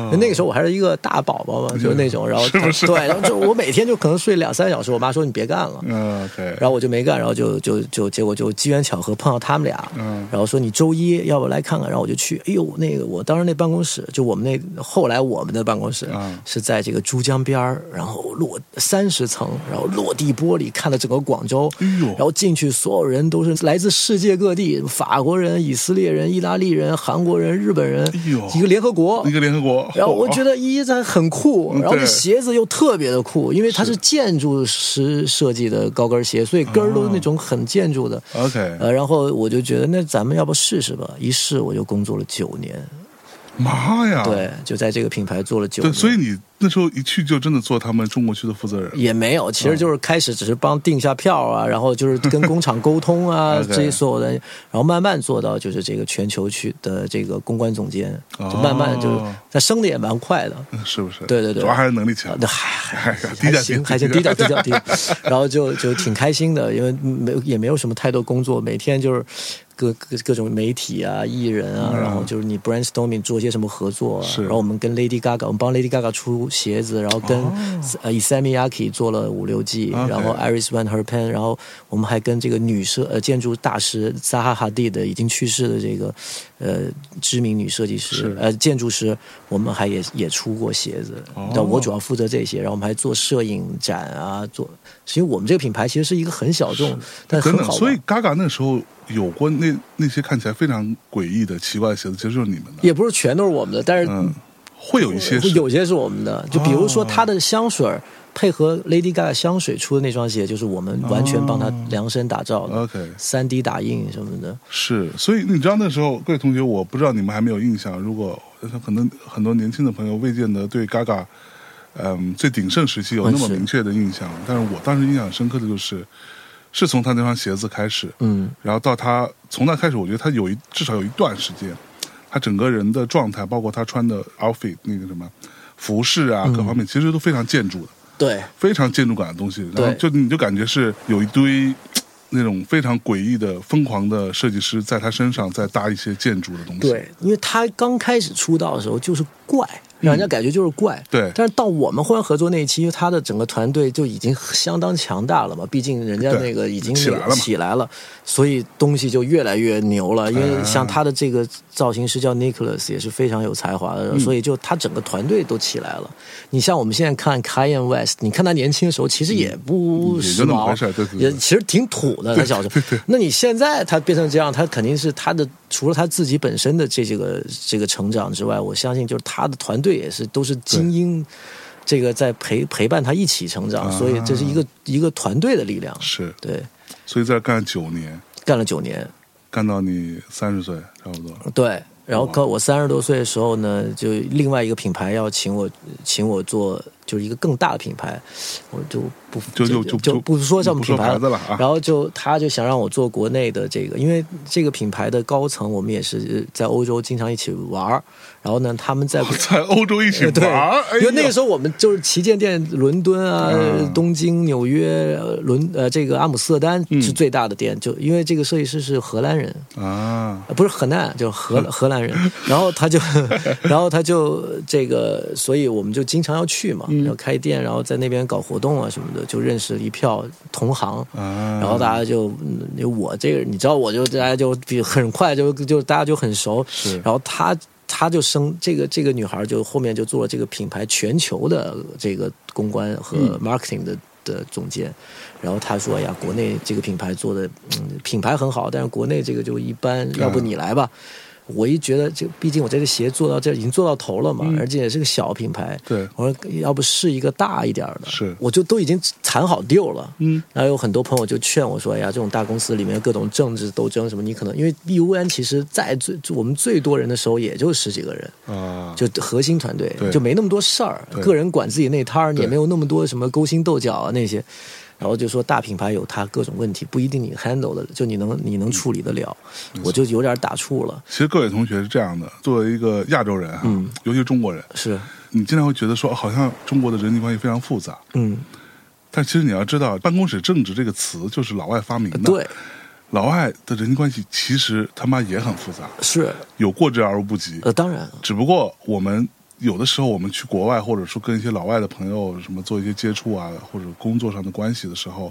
Speaker 1: 哦。嗯
Speaker 2: 那个时候我还是一个大宝宝嘛，就是那种，然后
Speaker 1: 是不是
Speaker 2: 对，然后就我每天就可能睡两三小时，我妈说你别干了，
Speaker 1: 嗯，OK，
Speaker 2: 然后我就没干，然后就就就结果就机缘巧合碰到他们俩，
Speaker 1: 嗯
Speaker 2: 然后说你周一要不来看看，然后我就去，哎呦那个我当时那办公室就我们那后来我们的办公室、
Speaker 1: 嗯
Speaker 2: 是在这个珠江边儿，然后落三十层，然后落地玻璃看了整个广州，
Speaker 1: 哎呦
Speaker 2: 然后进去所有人都是来自世界各地，法国人、以色列人、意大利人、韩国人、日本人，
Speaker 1: 哎呦
Speaker 2: 一个联合国
Speaker 1: 一。个联合国，
Speaker 2: 然后我
Speaker 1: 嚯
Speaker 2: 觉得一在很酷，
Speaker 1: 嗯
Speaker 2: 然后那
Speaker 1: 对
Speaker 2: 鞋子又特别的酷，因为它是建筑师设计的高跟鞋，所以跟儿都是那
Speaker 1: 啊
Speaker 2: 种很建筑的。
Speaker 1: OK，
Speaker 2: 呃，然后我就觉得那咱们要不试试吧？一试我就工作了九年，
Speaker 1: 妈呀，
Speaker 2: 对，就在这个品牌做了九
Speaker 1: 啊对，
Speaker 2: 年。
Speaker 1: 所以你那时候一去就真的做他们中国区的负责人，
Speaker 2: 也没有，其
Speaker 1: 嗯
Speaker 2: 实就是开始只是帮定下票啊，然后就是跟工厂沟 通啊，
Speaker 1: OK
Speaker 2: 这些所有的，然后慢慢做到就是这个全球区的这个公关总监，就慢慢就是
Speaker 1: 哦，
Speaker 2: 他升的也蛮快的。
Speaker 1: 嗯 是不是？
Speaker 2: 对对对
Speaker 1: 主要还是能力强
Speaker 2: 啊，那还还
Speaker 1: 哎呀 低
Speaker 2: 还
Speaker 1: 调
Speaker 2: 行，
Speaker 1: 低
Speaker 2: 还行，
Speaker 1: 低
Speaker 2: 低调低调低调，然后就就挺开心的，因为没有也没有什么太多工作，每天就是各各各种媒体啊、艺人啊，然后就是你 brainstorming 做些什么合作、啊，
Speaker 1: 嗯是
Speaker 2: 然后我们跟 Lady Gaga，我们帮 Lady Gaga 出鞋子，然后跟呃 Isami Yaki 做了五六季，
Speaker 1: 哦 OK
Speaker 2: 然后 Iris Van Herpen，然后我们还跟这个女设呃建筑大师扎哈哈蒂的已经去世的这个呃知名女设计师
Speaker 1: 是
Speaker 2: 呃建筑师，我们还也也出过鞋子，
Speaker 1: 哦
Speaker 2: 但我主要负责这些，然后我们还做摄影展啊，做，因为我们这个品牌其实是一个很小众，但
Speaker 1: 等
Speaker 2: 很
Speaker 1: 等，
Speaker 2: 好
Speaker 1: 所以
Speaker 2: 玩。
Speaker 1: Gaga 那时候有过那那些看起来非常诡异的奇怪的鞋子，其实就是你们的，
Speaker 2: 也不是全都是我们的，但是
Speaker 1: 嗯，哦会有一些是
Speaker 2: 有些是我们的，就比如说它的香水儿配合 Lady Gaga 香水出的那双鞋，就是我们完全帮她量身打造的
Speaker 1: 哦 OK
Speaker 2: 三 D 打印什么的。
Speaker 1: 是，所以你知道那时候，各位同学，我不知道你们还没有印象，如果可能很多年轻的朋友未见得对 Gaga，嗯，最鼎盛时期有那么
Speaker 2: 嗯是
Speaker 1: 明确的印象，但是我当时印象深刻的就是，是从他那双鞋子开始，
Speaker 2: 嗯，
Speaker 1: 然后到他从那开始，我觉得他有一至少有一段时间，他整个人的状态，包括他穿的 outfit 那个什么服饰啊，各
Speaker 2: 嗯
Speaker 1: 方面其实都非常建筑的，
Speaker 2: 对，
Speaker 1: 非常建筑感的东西。然后
Speaker 2: 对
Speaker 1: 就你就感觉是有一堆那种非常诡异的、疯狂的设计师在他身上再搭一些建筑的东西。
Speaker 2: 对，因为他刚开始出道的时候就是怪，让人家感觉就是怪。
Speaker 1: 嗯对
Speaker 2: 但是到我们忽然合作那一期，因为他的整个团队就已经相当强大了嘛，毕竟人家
Speaker 1: 对
Speaker 2: 那个已经
Speaker 1: 起来了嘛
Speaker 2: 起来了，所以东西就越来越牛了。因为像他的这个造型师叫 Nicholas，也是非常有才华的，
Speaker 1: 嗯
Speaker 2: 所以就他整个团队都起来了。你像我们现在看 Kanye West，你看他年轻的时候其实也不
Speaker 1: 也就
Speaker 2: 时
Speaker 1: 那么
Speaker 2: 髦
Speaker 1: 回事儿对对，对
Speaker 2: 也其实挺土的，他小时候。那你现在他变成这样，他肯定是他的除了他自己本身的这这个这个成长之外，我相信就是他的团队也是都是精英，这个在陪陪伴他一起成长，所以这是一个一个团队的力量。
Speaker 1: 是，
Speaker 2: 对，
Speaker 1: 所以在这儿干九年，
Speaker 2: 干了九年，
Speaker 1: 干到你三十岁差不多。
Speaker 2: 对。然
Speaker 1: 哦
Speaker 2: 后刚我三十多岁的时候呢，就另外一个品牌要请我，请我做就是一个更大的品牌，我就不
Speaker 1: 就就就
Speaker 2: 就不说这么
Speaker 1: 不说
Speaker 2: 品牌
Speaker 1: 牌子了啊
Speaker 2: 然后就他就想让我做国内的这个，因为这个品牌的高层我们也是呃在欧洲经常一起玩儿，然后呢他 们在
Speaker 1: 在欧洲一起
Speaker 2: 对
Speaker 1: 玩儿，哎，
Speaker 2: 因为那个
Speaker 1: 候
Speaker 2: 时候我们就是旗舰店，伦敦啊、
Speaker 1: 嗯
Speaker 2: 东京、纽约、呃伦呃这个阿姆斯特丹
Speaker 1: 嗯
Speaker 2: 是最大的店，就因为这个设计师是荷兰人，
Speaker 1: 啊，
Speaker 2: 呃不是河南，就是荷荷兰人。然后他就，然后他就这个，所以我们就经常要去嘛，要开店，然后在那边搞活动啊什么的，就认识了一票同行。
Speaker 1: 啊
Speaker 2: 然后大家就，嗯我这个你知道，我就大家就比很快就就大家就很熟。
Speaker 1: 是
Speaker 2: 然后他。他就生这个
Speaker 1: 嗯
Speaker 2: 这个女孩就后面就做了这个品牌全球的这个公关和 marketing 的的总监，然后他说：“哎呀，国内这个品牌做的，嗯，品牌很好，但是国内这个就一般，
Speaker 1: 嗯
Speaker 2: 要不你来吧。”我一觉得，这毕竟我这个鞋做到这已经做到头了嘛，而且也是个小品牌。
Speaker 1: 嗯对
Speaker 2: 我说要不试一个大一点儿的，
Speaker 1: 是
Speaker 2: 我就都已经谈好 deal 了。
Speaker 1: 嗯，
Speaker 2: 然后有很多朋友就劝我说：“哎呀，这种大公司里面各种政治斗争什么，你可能因为 BUN 其实在最我们最多人的时候也就十几个人，
Speaker 1: 啊，
Speaker 2: 就核心团队
Speaker 1: 对
Speaker 2: 就没那么多事儿
Speaker 1: 对，
Speaker 2: 个人管自己那摊儿，
Speaker 1: 对
Speaker 2: 也没有那么多什么勾心斗角啊那些。然后就说大品牌有它各种问题，不一定你 handle 的就你能你能处理得了，
Speaker 1: 嗯
Speaker 2: 我就有点打怵了。
Speaker 1: 其实各位同学是这样的，作为一个亚洲人哈，啊
Speaker 2: 嗯
Speaker 1: 尤其是中国人，
Speaker 2: 是，
Speaker 1: 你经常会觉得说，哦好像中国的人际关系非常复杂。
Speaker 2: 嗯，
Speaker 1: 但其实你要知道，“办公室政治”这个词就是老外发明的。，
Speaker 2: 对，
Speaker 1: 老外的人际关系其实他妈也很复杂，
Speaker 2: 是，
Speaker 1: 有过之而无不及。
Speaker 2: 呃，当然了，
Speaker 1: 只不过我们有的时候我们去国外，或者说跟一些老外的朋友什么做一些接触啊，或者工作上的关系的时候，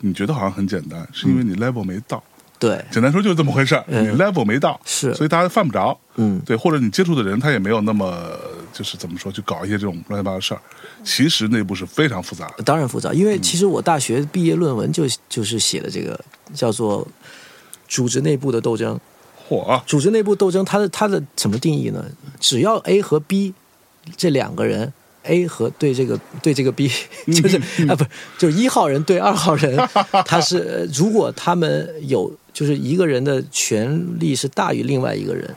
Speaker 1: 你觉得好像很简单，是因为你 level 没到。
Speaker 2: 对，
Speaker 1: 简单说就是这么回事儿，
Speaker 2: 嗯
Speaker 1: 你 level 没到，
Speaker 2: 是
Speaker 1: 所以大家犯不着。
Speaker 2: 嗯，
Speaker 1: 对，或者你接触的人他也没有那么就是怎么说，去搞一些这种乱七八糟的事儿。其实内部是非常复杂的。
Speaker 2: 当然复杂，因为其实我大学毕业论文就就是写的这个叫做组织内部的斗争。
Speaker 1: 嚯啊，
Speaker 2: 组织内部斗争，它的它的怎么定义呢？只要 A 和 B 这两个人，A 和对这个对这个 B，就是、啊，不是就是一号人对二号人，他是呃如果他们有就是一个人的权利是大于另外一个人，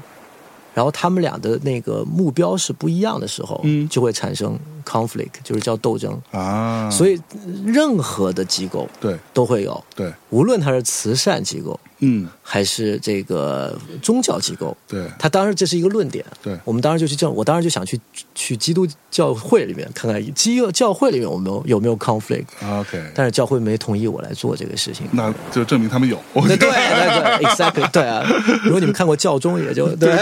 Speaker 2: 然后他们俩的那个目标是不一样的时候，
Speaker 1: 嗯
Speaker 2: 就会产生 conflict，就是叫斗争。
Speaker 1: 啊，
Speaker 2: 所
Speaker 1: 以
Speaker 2: 以任何的机构
Speaker 1: 对
Speaker 2: 都会有，
Speaker 1: 对，
Speaker 2: 无论它是慈善机构
Speaker 1: 嗯，
Speaker 2: 还是这个宗教机构。
Speaker 1: 对
Speaker 2: 他当时这是一个论点，
Speaker 1: 对
Speaker 2: 我们当时就去这样，我当时就想去去基督教会里面看看基督教会里面有没有有没有 conflict，
Speaker 1: 啊，OK，
Speaker 2: 但是教会没同意我来做这个事情。
Speaker 1: 那就证明他们有，我
Speaker 2: 那
Speaker 1: 觉得
Speaker 2: 对对对，exactly 对啊。如果你们看过教宗，也就对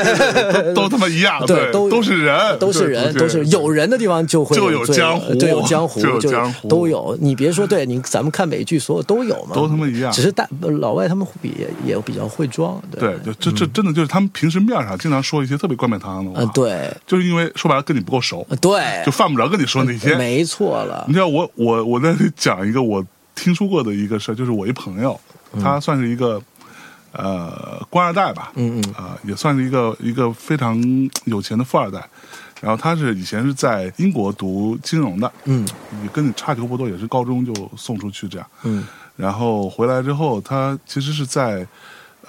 Speaker 1: 都他妈一样，
Speaker 2: 呃对
Speaker 1: 都
Speaker 2: 都
Speaker 1: 是 人，
Speaker 2: 都是人，都是有人的地方就会
Speaker 1: 就有
Speaker 2: 罪
Speaker 1: 江湖啊
Speaker 2: 对，有江湖，
Speaker 1: 就有
Speaker 2: 是
Speaker 1: 江湖
Speaker 2: 都有。你别说，对你咱们看美剧，所有都有嘛，
Speaker 1: 都他妈一样
Speaker 2: 只是大老外他们比也也比较会装，对
Speaker 1: 对，就这这真的就是他们平时面上经常说一些特别冠冕堂皇的
Speaker 2: 嗯
Speaker 1: 话，，
Speaker 2: 对呃
Speaker 1: 就是因为说白了跟你不够熟，就
Speaker 2: 对，呃
Speaker 1: 犯不着跟你说那些。
Speaker 2: 没错了
Speaker 1: 你，知道我我我在这讲一个我听说过的一个事儿，就是我一朋友，
Speaker 2: 嗯
Speaker 1: 他算是一个呃官二代吧，
Speaker 2: 嗯嗯
Speaker 1: 啊、也算是一个一个非常有钱的富二代。然后他是以前是在英国读金融的，
Speaker 2: 嗯
Speaker 1: 也跟你差球不多，也是高中就送出去这样。
Speaker 2: 嗯
Speaker 1: 然后回来之后，他其实是在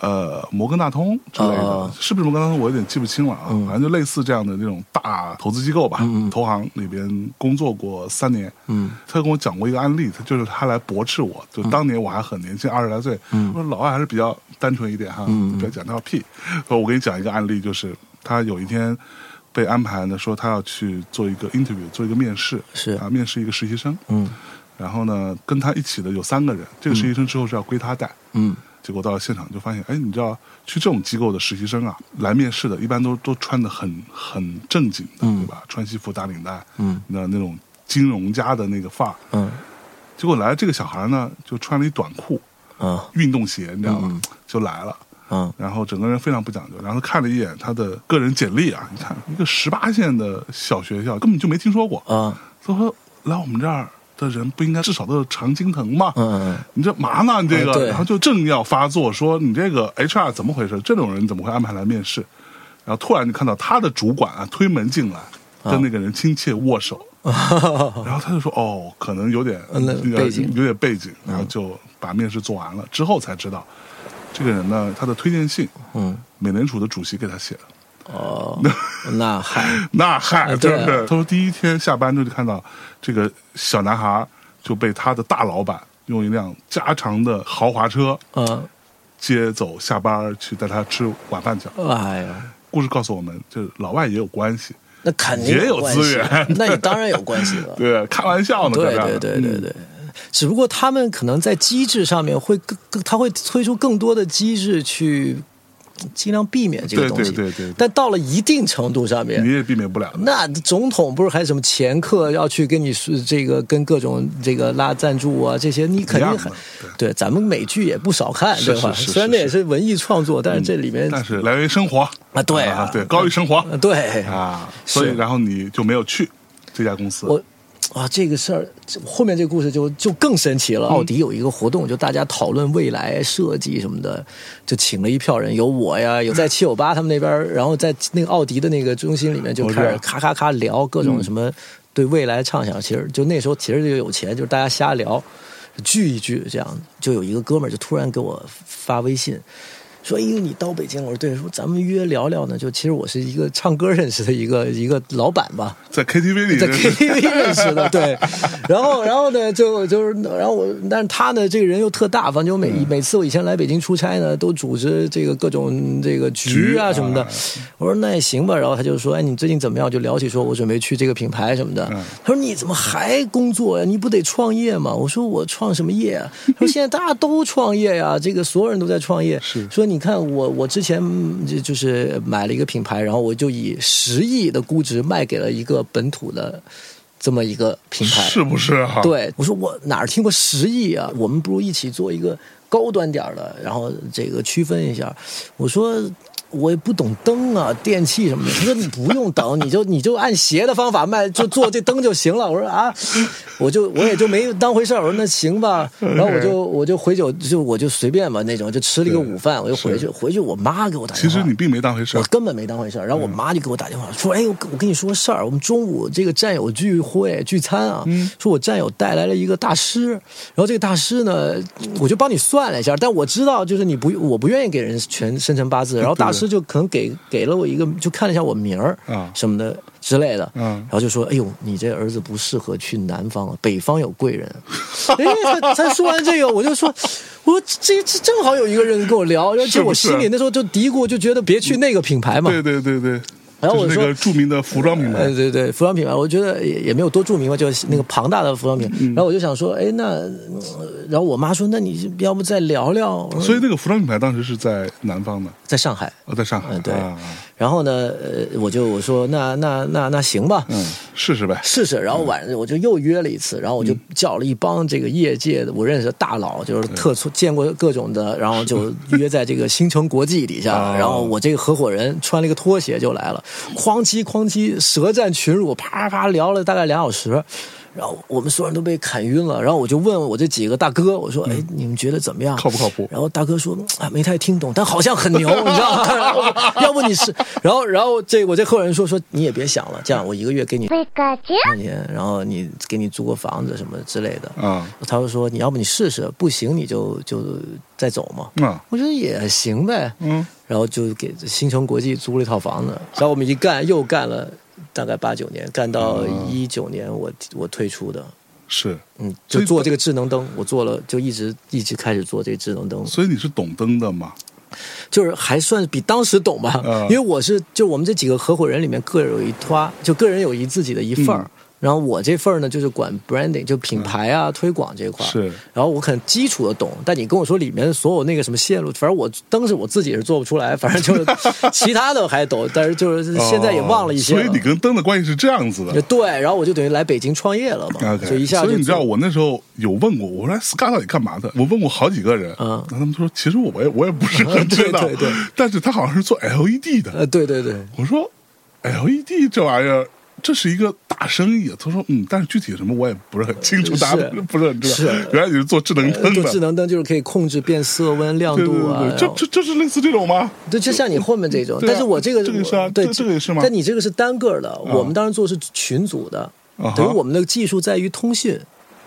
Speaker 1: 呃摩根大通之类的，
Speaker 2: 哦
Speaker 1: 是不是摩根大通我有点记不清了啊，反正就类似这样的那种大投资机构吧，投行里边工作过三年。
Speaker 2: 嗯。
Speaker 1: 他跟我讲过一个案例，他就是他来驳斥我，就当年我还很年轻，二十来岁，我说老外还是比较单纯一点哈，不要讲那套屁。我给你讲一个案例，就是他有一天被安排呢，说他要去做一个 interview，做一个面试，
Speaker 2: 是
Speaker 1: 啊，面试一个实习生，
Speaker 2: 嗯
Speaker 1: 然后呢，跟他一起的有三个人，这个实习生之后是要归他带。
Speaker 2: 嗯
Speaker 1: 结果到了现场就发现，哎，你知道去这种机构的实习生啊，来面试的，一般都都穿的很很正经的，对吧？穿西服打领带，
Speaker 2: 嗯
Speaker 1: 那那种金融家的那个范儿。
Speaker 2: 嗯
Speaker 1: 结果来这个小孩呢，就穿了一短裤、
Speaker 2: 啊
Speaker 1: 运动鞋，你知道吧？
Speaker 2: 嗯
Speaker 1: 就来了。
Speaker 2: 啊
Speaker 1: 然后整个人非常不讲究。然后看了一眼他的个人简历啊，你看一个十八线的小学校根本就没听说过，
Speaker 2: 啊
Speaker 1: 他说来我们这儿的人不应该至少都是常青藤吗？
Speaker 2: 嗯
Speaker 1: 你这嘛呢？你这个，
Speaker 2: 嗯对
Speaker 1: 然后就正要发作，说你这个 HR 怎么回事？这种人怎么会安排来面试？然后突然就看到他的主管啊推门进来，跟那个人亲切握手，
Speaker 2: 嗯哦
Speaker 1: 然后他就说哦，可能有点
Speaker 2: 嗯那
Speaker 1: 有点
Speaker 2: 背景嗯
Speaker 1: 有点背景，然后就把面试做完了之后才知道，这个人呢，他的推荐信，
Speaker 2: 嗯
Speaker 1: 美联储的主席给他写的。
Speaker 2: 哦，那嗨
Speaker 1: 那嗨，
Speaker 2: 啊
Speaker 1: 就
Speaker 2: 对啊
Speaker 1: 是他说第一天下班就看到这个小男孩就被他的大老板用一辆加长的豪华车
Speaker 2: 嗯
Speaker 1: 接走下班去带他吃晚饭去了。
Speaker 2: 哎呀，
Speaker 1: 故事告诉我们，就是老外也有关系，
Speaker 2: 那肯定
Speaker 1: 也有
Speaker 2: 关系
Speaker 1: 资源
Speaker 2: 那你当然有关系 了，
Speaker 1: 对，开玩笑呢，
Speaker 2: 呃
Speaker 1: 嗯
Speaker 2: 对
Speaker 1: 在这
Speaker 2: 对
Speaker 1: 儿
Speaker 2: 对对对。只不过他们可能在机制上面会更更，他会推出更多的机制去尽量避免这个
Speaker 1: 对
Speaker 2: 东西。
Speaker 1: 对对对对
Speaker 2: 但到了一定程度上面，
Speaker 1: 你也避免不了的。
Speaker 2: 那总统不是还有什么前客要去跟你是这个跟各种这个拉赞助啊这些，你肯
Speaker 1: 一样
Speaker 2: 定
Speaker 1: 的
Speaker 2: 还对咱们美剧也不少看，
Speaker 1: 是
Speaker 2: 对吧？
Speaker 1: 是是嗯
Speaker 2: 虽然那也是文艺创作，但是这里面
Speaker 1: 但是来源于生活
Speaker 2: 啊对啊
Speaker 1: 对，高于生活
Speaker 2: 呃对
Speaker 1: 啊，所以
Speaker 2: 是
Speaker 1: 然后你就没有去这家公司。
Speaker 2: 我啊，这个事儿这后面这个故事就就更神奇了。奥迪有一个活动，就大家讨论未来设计什么的，就请了一票人，有我呀，有在七九八他们那边，然后在那个奥迪的那个中心里面就
Speaker 1: 我知
Speaker 2: 开
Speaker 1: 道
Speaker 2: 始咔咔咔聊各种什么对未来畅想。其实就那时候其实就有钱，就是大家瞎聊，聚一聚这样。就有一个哥们儿就突然给我发微信。说：“哎呦，你到北京？”我说：“对。”说咱们约聊聊呢。就其实我是一个唱歌认识的一个一个老板吧，
Speaker 1: 在 KTV 里
Speaker 2: 在
Speaker 1: 认识
Speaker 2: KTV 认识的，对。然后，然后呢，就就是，然后我，但是他呢，这个人又特大，反正我每、
Speaker 1: 嗯
Speaker 2: 每次我以前来北京出差呢，都组织这个各种这个局啊
Speaker 1: 局
Speaker 2: 什么的。
Speaker 1: 啊
Speaker 2: 我说那也行吧，然后他就说，哎，你最近怎么样？就聊起说我准备去这个品牌什么的。
Speaker 1: 嗯
Speaker 2: 他说你怎么还工作呀？你不得创业吗？我说我创什么业啊？他说现在大家都创业呀，这个所有人都在创业。
Speaker 1: 是
Speaker 2: 说你看我我之前嗯就就是买了一个品牌，然后我就以十亿的估值卖给了一个本土的这么一个品牌。
Speaker 1: 是不是啊哈、，
Speaker 2: 对，我说我哪儿听过十亿啊？我们不如一起做一个高端点儿的，然后这个区分一下。我说。我也不懂灯啊，电器什么的。他说你不用 等，你就你就按鞋的方法卖，就做这灯就行了。我说啊，我就我也就没当回事儿。我说那行吧，然后我就我就回酒就我就随便吧那种，就吃了一个午饭，我就回去。回去我妈给我打电
Speaker 1: 其
Speaker 2: 话，
Speaker 1: 实你并没当回事
Speaker 2: 我
Speaker 1: 儿，嗯
Speaker 2: 根本没当回事儿。然后我妈就给我打电话说：“哎，我跟我跟你说个事儿，我们中午这个战友聚会聚餐啊，
Speaker 1: 嗯
Speaker 2: 说我战友带来了一个大师，然后这个大师呢，我就帮你算了一下，但我知道就是你不，我不愿意给人全生辰八字，然后大师就可能给给了我一个，就看了一下我名儿
Speaker 1: 啊
Speaker 2: 什么的之类的，
Speaker 1: 嗯
Speaker 2: 然后就说：哎呦，你这儿子不适合去南方，北方有贵人。 哎，他他说完这个，我就说，我说这这正好有一个人跟我聊，而且
Speaker 1: 是不
Speaker 2: 我
Speaker 1: 是
Speaker 2: 心里那时候就嘀咕，就觉得别去那个品牌嘛。
Speaker 1: 对对对对，
Speaker 2: 然后
Speaker 1: 就是
Speaker 2: 我
Speaker 1: 那
Speaker 2: 说
Speaker 1: 个著名的服装品牌
Speaker 2: 呃，，对对，服装品牌，我觉得也也没有多著名嘛，就是那个庞大的服装品牌。
Speaker 1: 嗯
Speaker 2: 然后我就想说，哎，那，嗯然后我妈说，那你要不再聊聊？我说
Speaker 1: 所以那个服装品牌当时是在南方的，
Speaker 2: 在上海，
Speaker 1: 呃，在上海，
Speaker 2: 嗯对
Speaker 1: 啊、
Speaker 2: 然后呢，呃，我就我说，那那那那行吧，
Speaker 1: 嗯，试试呗，
Speaker 2: 试试。然后晚上我就又约了一次，然后我
Speaker 1: 嗯
Speaker 2: 就叫了一帮这个业界的我认识的大佬，就是特出见过各种的，然后 就约在这个新城国际底下
Speaker 1: 哦。
Speaker 2: 然后我这个合伙人穿了一个拖鞋就来了，哐叽哐叽舌战群儒，啪啪聊了大概俩小时。然后我们所有人都被砍晕了，然后我就问我这几个大哥，我说：“哎，你们觉得怎么样？
Speaker 1: 嗯靠不靠谱
Speaker 2: 然后大哥说：“啊，没太听懂，但好像很牛，你知道吗？ 然后我说要不你是……然后，然后这我这合伙人说说你也别想了，这样我一个月给你
Speaker 3: Pikachu,
Speaker 2: 块钱，然后你给你租个房子什么之类的。
Speaker 1: 啊、
Speaker 2: 他就说你要不你试试，不行你就就再走嘛。
Speaker 1: 嗯
Speaker 2: 我觉得也行呗，
Speaker 1: 嗯，
Speaker 2: 然后就给新城国际租了一套房子，然后我们一干又干了大概八九年，干到一九年我我退出的。
Speaker 1: 是，
Speaker 2: 嗯，
Speaker 1: 所以
Speaker 2: 就做这个智能灯，我做了，就一直一直开始做这个智能灯，
Speaker 1: 所以你是懂灯的嘛？
Speaker 2: 就是还算比当时懂吧，
Speaker 1: 嗯
Speaker 2: 因为我是就我们这几个合伙人里面各有一托，就个人有一自己的一份儿。
Speaker 1: 嗯
Speaker 2: 然后我这份儿呢，就是管 branding，就品牌啊、推广这一块儿。
Speaker 1: 是
Speaker 2: 然后我可能基础的懂，但你跟我说里面所有那个什么线路，反正我当时我自己也是做不出来，反正就是 其他的还懂，但是就是现在也忘了一些
Speaker 1: 哦
Speaker 2: 了。
Speaker 1: 所以你跟灯的关系是这样子的。
Speaker 2: 对，然后我就等于来北京创业了嘛
Speaker 1: OK，
Speaker 2: 就一下就
Speaker 1: 所以你知道
Speaker 2: 做
Speaker 1: 我那时候有问过，我说哎 Scar 到底干嘛的？我问过好几个人，
Speaker 2: 嗯
Speaker 1: 那他们说其实我也我也不是很知道，
Speaker 2: 对对对
Speaker 1: 但是他好像是做 LED 的。
Speaker 2: 呃，对对对，
Speaker 1: 我说 LED 这玩意儿。这是一个大生意，他说，嗯，但是具体什么我也不是很清楚，
Speaker 2: 呃是
Speaker 1: 大家都不是很知道
Speaker 2: 是。呃
Speaker 1: 原来你是做智 能灯
Speaker 2: 做
Speaker 1: 的，
Speaker 2: 智能灯就是可以控制变色温、亮
Speaker 1: 对对
Speaker 2: 度啊，
Speaker 1: 对对，
Speaker 2: 然
Speaker 1: 这
Speaker 2: 后
Speaker 1: 这这是类似这种吗？
Speaker 2: 对，就像你后面这种，
Speaker 1: 对啊
Speaker 2: 但是我这个
Speaker 1: 这个是啊
Speaker 2: 对
Speaker 1: 这这个也是吗啊
Speaker 2: 但你这个是单个的，我们当时做是群组的
Speaker 1: 啊哈，
Speaker 2: 等于我们的技术在于通讯，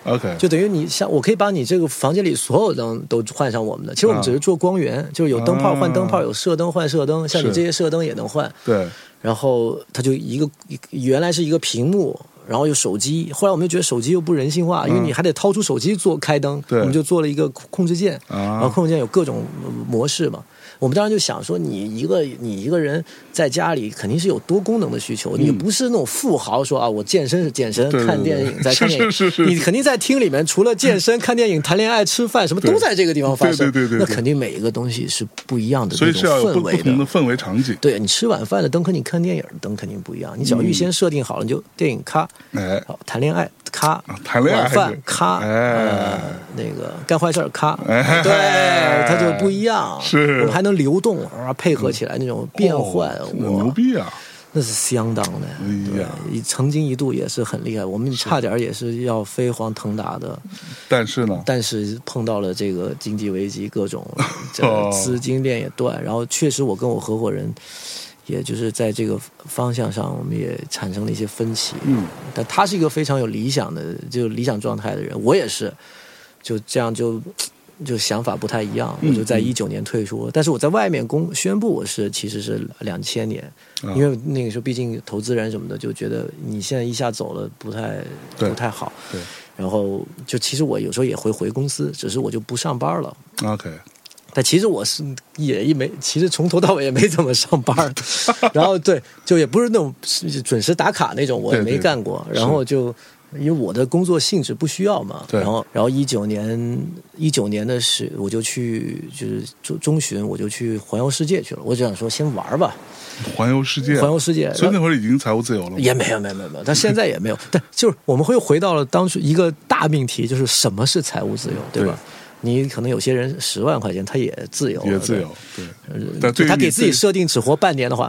Speaker 1: OK，
Speaker 2: 就等于你像我可以把你这个房间里所有灯都换上我们的，其实我们
Speaker 1: 啊
Speaker 2: 只是做光源，就是有灯泡换灯
Speaker 1: 啊
Speaker 2: 泡，有射灯换射灯，像你
Speaker 1: 是
Speaker 2: 这些射灯也能换。
Speaker 1: 对，
Speaker 2: 然后它就一个一个原来是一个屏幕，然后有手机，后来我们就觉得手机又不人性化，因为你还得掏出手机做开灯，
Speaker 1: 嗯对
Speaker 2: 我们就做了一个控控制键，
Speaker 1: 啊
Speaker 2: 然后控制键有各种呃模式嘛。我们当时就想说，你一个你一个人在家里肯定是有多功能的需求，你不是那种富豪说啊，我健身是健身，
Speaker 1: 嗯对对
Speaker 2: 看
Speaker 1: 对
Speaker 2: 电影在看电影，
Speaker 1: 是是是是
Speaker 2: 你肯定在厅里面除了 健身、看电影、谈恋爱、吃饭什么
Speaker 1: 对
Speaker 2: 都在这个地方发生，
Speaker 1: 对对对对对
Speaker 2: 那肯定每一个东西是不一样的
Speaker 1: 所
Speaker 2: 那
Speaker 1: 以
Speaker 2: 种
Speaker 1: 是要有
Speaker 2: 氛
Speaker 1: 不不
Speaker 2: 围
Speaker 1: 同的氛围场景。
Speaker 2: 对你吃晚饭的灯和你看电影的灯肯定不一样，你只要预先设定好了，你就电影咔，
Speaker 1: 哎
Speaker 2: 好谈恋爱咔
Speaker 1: 啊，谈恋爱
Speaker 2: 晚
Speaker 1: 还
Speaker 2: 饭
Speaker 1: 是
Speaker 2: 咔，
Speaker 1: 哎
Speaker 2: 呃，那个干坏事儿咔，
Speaker 1: 哎
Speaker 2: 对，它就不一样，
Speaker 1: 是
Speaker 2: 我们还能流动啊，配合起来那种变换，
Speaker 1: 哦真的
Speaker 2: 我
Speaker 1: 牛逼啊！
Speaker 2: 那是相当的，
Speaker 1: 哎呀
Speaker 2: 对，曾经一度也是很厉害，我们差点也是要飞黄腾达的，
Speaker 1: 但是呢，
Speaker 2: 但是碰到了这个经济危机，各种这
Speaker 1: 哦
Speaker 2: 资金链也断，然后确实我跟我合伙人，也就是在这个方向上，我们也产生了一些分歧。
Speaker 1: 嗯，
Speaker 2: 但他是一个非常有理想的，就理想状态的人，我也是，就这样就就想法不太一
Speaker 1: 嗯
Speaker 2: 样，我就在一九年退出，但是我在外面公宣布我是其实是两千年，
Speaker 1: 啊
Speaker 2: 因为那个时候毕竟投资人什么的就觉得你现在一下走了不太
Speaker 1: 对
Speaker 2: 不太好，
Speaker 1: 对
Speaker 2: 然后就其实我有时候也会回公司，只是我就不上班了。
Speaker 1: ，OK，
Speaker 2: 但其实我是也一没，其实从头到尾也没怎么上班儿，然后对，就也不是那种是准时打卡那种，我也
Speaker 1: 对对
Speaker 2: 没干过。然后就因为我的工作性质不需要嘛，
Speaker 1: 对
Speaker 2: 然后然后一九年一九年的时我就去就是中中旬我就去环游世界去了，我就想说先玩儿吧，
Speaker 1: 环游世界，
Speaker 2: 环游世界。
Speaker 1: 啊所以
Speaker 2: 然
Speaker 1: 那
Speaker 2: 后
Speaker 1: 会儿已经财务自由了吗，
Speaker 2: 也没有，没有，没有，没有。但现在也没有。但就是我们会回到了当初一个大命题，就是什么是财务自由，对吧？你可能有些人十万块钱他也自由了，
Speaker 1: 也自
Speaker 2: 对呃
Speaker 1: 由，对，但对于
Speaker 2: 他
Speaker 1: 你
Speaker 2: 给自己设定只活半年 的话，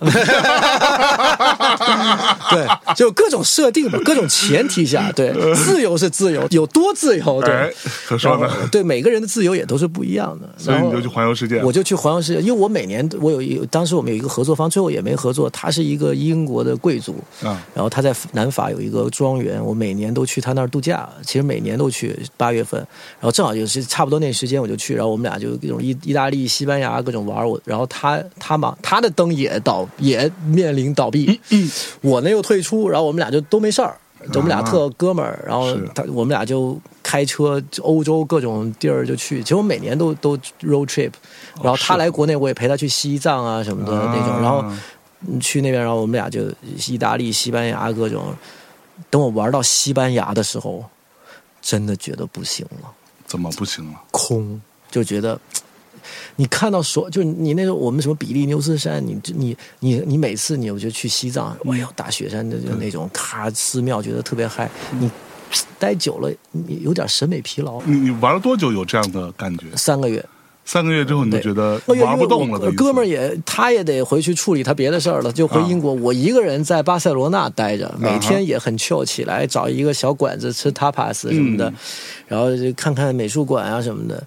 Speaker 2: 对，就各种设定吧，各种前提 下，对，自由是自由，有多自由，
Speaker 1: 哎
Speaker 2: 对，
Speaker 1: 可说呢
Speaker 2: 然后对，每个人的自由也都是不一样的，
Speaker 1: 所以
Speaker 2: 然后
Speaker 1: 你就去环游世界，
Speaker 2: 我就去环游世界，因为我每年我有一，当时我们有一个合作方，最后也没合作，他是一个英国的贵族，
Speaker 1: 啊，
Speaker 2: 然后他在南法有一个庄园，我每年都去他那儿度假，其实每年都去八月份，然后正好就是差不多那时间我就去，然后我们俩就各种意意大利、西班牙各种玩儿我，然后他他嘛他的灯也倒也面临倒
Speaker 1: 嗯
Speaker 2: 闭，我呢又退出，然后我们俩就都没事儿。就我们俩特哥们儿，然后
Speaker 1: 是
Speaker 2: 他我们俩就开车就欧洲各种地儿就去，其实我每年都都 road trip，然后他来国内我也陪他去西藏啊什么的那种，然后
Speaker 1: 啊
Speaker 2: 嗯去那边，然后我们俩就意大利、西班牙各种。等我玩到西班牙的时候，真的觉得不行了，
Speaker 1: 怎么不行了？
Speaker 2: 空就觉得。你看到所就是你那时候我们什么比利牛斯山，你你你你每次你我觉得去西藏，哎呦大雪山的就那种咔寺庙，觉得特别嗨。你待久了，你有点审美疲劳。
Speaker 1: 你你玩了多久有这样的感觉？
Speaker 2: 三个月，
Speaker 1: 三个月之后你就觉得
Speaker 2: 哎呦
Speaker 1: 玩不动了
Speaker 2: 因为
Speaker 1: 的
Speaker 2: 我
Speaker 1: 意思，
Speaker 2: 哥们儿也，他也得回去处理他别的事儿了，就回英
Speaker 1: 啊
Speaker 2: 国。我一个人在巴塞罗那待着，每天也很 chill 起来，找一个小馆子吃 tapas 什么
Speaker 1: 嗯
Speaker 2: 的，然后就看看美术馆啊什么的，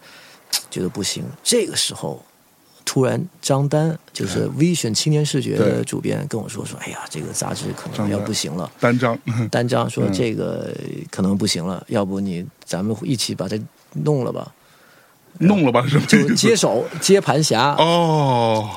Speaker 2: 觉得不行。这个时候。突然，张丹就是 Vision 青年视觉
Speaker 1: 嗯对
Speaker 2: 的主编跟我说：“说，哎呀，这个杂志可
Speaker 1: 张
Speaker 2: 能要
Speaker 1: 丹嗯
Speaker 2: 不行了。”
Speaker 1: 单张，
Speaker 2: 单张说这个可能不行了，要不你咱们一起把它弄 了吧？
Speaker 1: 弄了吧，是吧？
Speaker 2: 就接手接盘侠，
Speaker 1: 哦，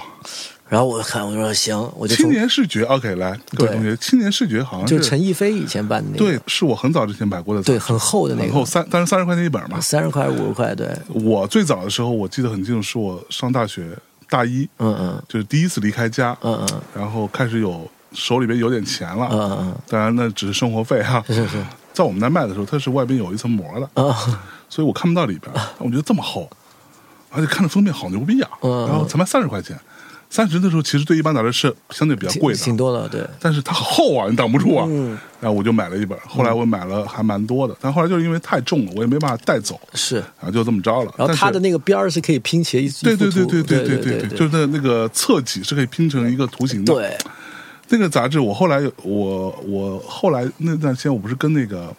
Speaker 2: 然后我看我说行，我就
Speaker 1: 青
Speaker 2: 从
Speaker 1: 年视觉，OK，来，各位
Speaker 2: 对
Speaker 1: 同学，青年视觉好像
Speaker 2: 就是陈逸飞以前办的那个，
Speaker 1: 对，是我很早之前买过的，
Speaker 2: 对，很厚的那
Speaker 1: 然后
Speaker 2: 个，
Speaker 1: 三，但是三十块钱一本嘛。
Speaker 2: 三十块五十块，对，
Speaker 1: 我最早的时候，我记得很清楚，是我上大学大一，
Speaker 2: 嗯嗯
Speaker 1: 就是第一次离开家，
Speaker 2: 嗯嗯
Speaker 1: 然后开始有手里边有点钱了，
Speaker 2: 嗯嗯
Speaker 1: 当然那只是生活费哈、
Speaker 2: 嗯，是是
Speaker 1: 在我们那卖的时候，它是外边有一层膜的，
Speaker 2: 啊，
Speaker 1: 所以我看不到里边。我觉得这么厚，而且看着封面好牛逼啊！
Speaker 2: 嗯
Speaker 1: 然后才卖三十块钱，三十的时候其实对一般来说是相对比较
Speaker 2: 挺
Speaker 1: 贵
Speaker 2: 挺
Speaker 1: 的，
Speaker 2: 多的，对，
Speaker 1: 但是它厚啊，你挡不住啊。
Speaker 2: 嗯
Speaker 1: 然后我就买了一本，后来我买了还蛮多的，但后来就是因为太重了，我也没办法带走，
Speaker 2: 是。
Speaker 1: 然后就这么着了。
Speaker 2: 然后它
Speaker 1: 但
Speaker 2: 的
Speaker 1: 是
Speaker 2: 那个边儿是可以拼起来一一
Speaker 1: 对
Speaker 2: 幅
Speaker 1: 对
Speaker 2: 图，
Speaker 1: 对对
Speaker 2: 对
Speaker 1: 对
Speaker 2: 对
Speaker 1: 对，就是那那个侧脊是可以拼成一个图形的。
Speaker 2: 对，
Speaker 1: 这个杂志，我后来有我我后来那段时间，我不是跟那个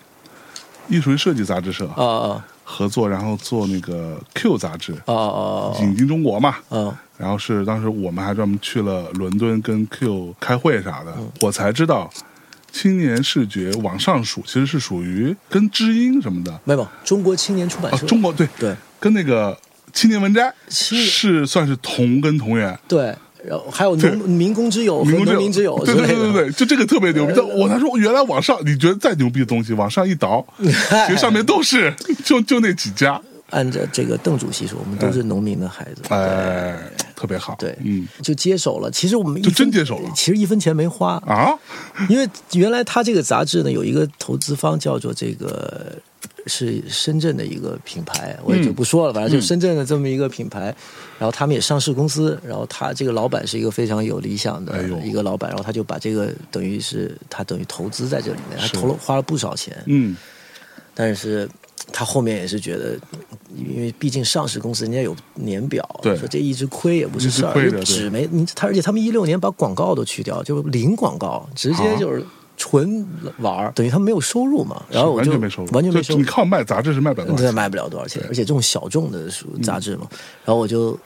Speaker 1: 艺术与设计杂志社
Speaker 2: 啊啊
Speaker 1: 合作，然后做那个 Q 杂志，
Speaker 2: 啊啊
Speaker 1: 引进中国嘛。
Speaker 2: 啊啊，
Speaker 1: 然后是当时我们还专门去了伦敦跟 Q 开会啥的，
Speaker 2: 嗯
Speaker 1: 我才知道青年视觉往上数其实是属于跟知音什么的
Speaker 2: 没有中国青年出版
Speaker 1: 啊，
Speaker 2: 社，
Speaker 1: 中国对
Speaker 2: 哎对
Speaker 1: 跟那个青年文摘
Speaker 2: 青年
Speaker 1: 是算是同根同源。
Speaker 2: 对，然后还有农民工之友和
Speaker 1: 民工
Speaker 2: 农民之友之
Speaker 1: 对对
Speaker 2: 类
Speaker 1: 对对
Speaker 2: 的，
Speaker 1: 对，就这个特别牛逼。但我才说，原来往上，你觉得再牛逼的东西，往上一 倒，其实上面都是就就那几家，
Speaker 2: 按照这个邓主席说，我们都是农民的孩子，
Speaker 1: 哎，特别好。
Speaker 2: 对，
Speaker 1: 嗯，
Speaker 2: 就接手了。其实我们一
Speaker 1: 就
Speaker 2: 分
Speaker 1: 真接手了
Speaker 2: 其实一分钱没花，
Speaker 1: 啊，
Speaker 2: 因为原来他这个杂志呢有一个投资方叫做这个是深圳的一个品牌，我
Speaker 1: 嗯
Speaker 2: 也就不说了，反正就深圳的这么一个品牌。然后他们也上市公司，然后他这个老板是一个非常有理想
Speaker 1: 哎
Speaker 2: 的
Speaker 1: 呦
Speaker 2: 一个老板，然后他就把这个等于是他等于投资在这里面，他投了花了不少钱，
Speaker 1: 嗯，
Speaker 2: 但是他后面也是觉得因为毕竟上市公司人家有年表，
Speaker 1: 对
Speaker 2: 说这一直亏也不是
Speaker 1: 一
Speaker 2: 事
Speaker 1: 直亏
Speaker 2: 儿，
Speaker 1: 的
Speaker 2: 就
Speaker 1: 对
Speaker 2: 纸没你他，而且他们一六年把广告都去掉，就零广告，直
Speaker 1: 啊
Speaker 2: 接就是纯玩儿，等于他们没有收入嘛。然后我
Speaker 1: 完
Speaker 2: 就
Speaker 1: 全没收入，
Speaker 2: 完全没收
Speaker 1: 就
Speaker 2: 入
Speaker 1: 你，靠卖杂志是卖不了多
Speaker 2: 对，
Speaker 1: 少钱。
Speaker 2: 卖不了多少钱，而且这种小众的书杂志嘛，
Speaker 1: 嗯
Speaker 2: 然后我就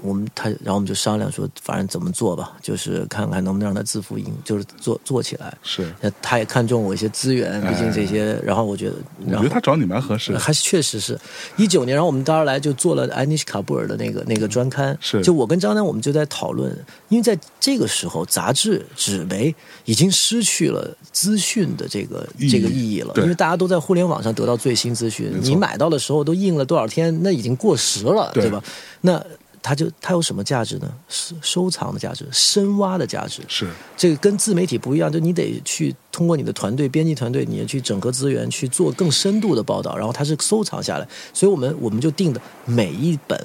Speaker 2: 我们他，然后我们就商量说，反正怎么做吧，就是看看能不能让他自负盈，就是做做起来。
Speaker 1: 是，
Speaker 2: 那他也看中我一些资源，毕竟这些，然后我觉得，
Speaker 1: 我
Speaker 2: 然
Speaker 1: 觉
Speaker 2: 后
Speaker 1: 得他找你蛮合适的。
Speaker 2: 呃还是确实是，一九年，然后我们当时来就做了安妮什卡布尔的那个那个专刊，
Speaker 1: 嗯是
Speaker 2: 就我跟张丹我们就在讨论，因为在这个时候，杂志纸媒已经失去了资讯的这个
Speaker 1: 意义
Speaker 2: 这个意义了，
Speaker 1: 对
Speaker 2: 因为大家都在互联网上得到最新资讯，
Speaker 1: 错
Speaker 2: 你买到的时候都印了多少天，那已经过时了，
Speaker 1: 对
Speaker 2: 对吧？那它就它有什么价值呢？收收藏的价值，深挖的价值，
Speaker 1: 是，
Speaker 2: 这个跟自媒体不一样，就你得去通过你的团队、编辑团队，你去整合资源，去做更深度的报道，然后它是收藏下来。所以我们我们就定的每一本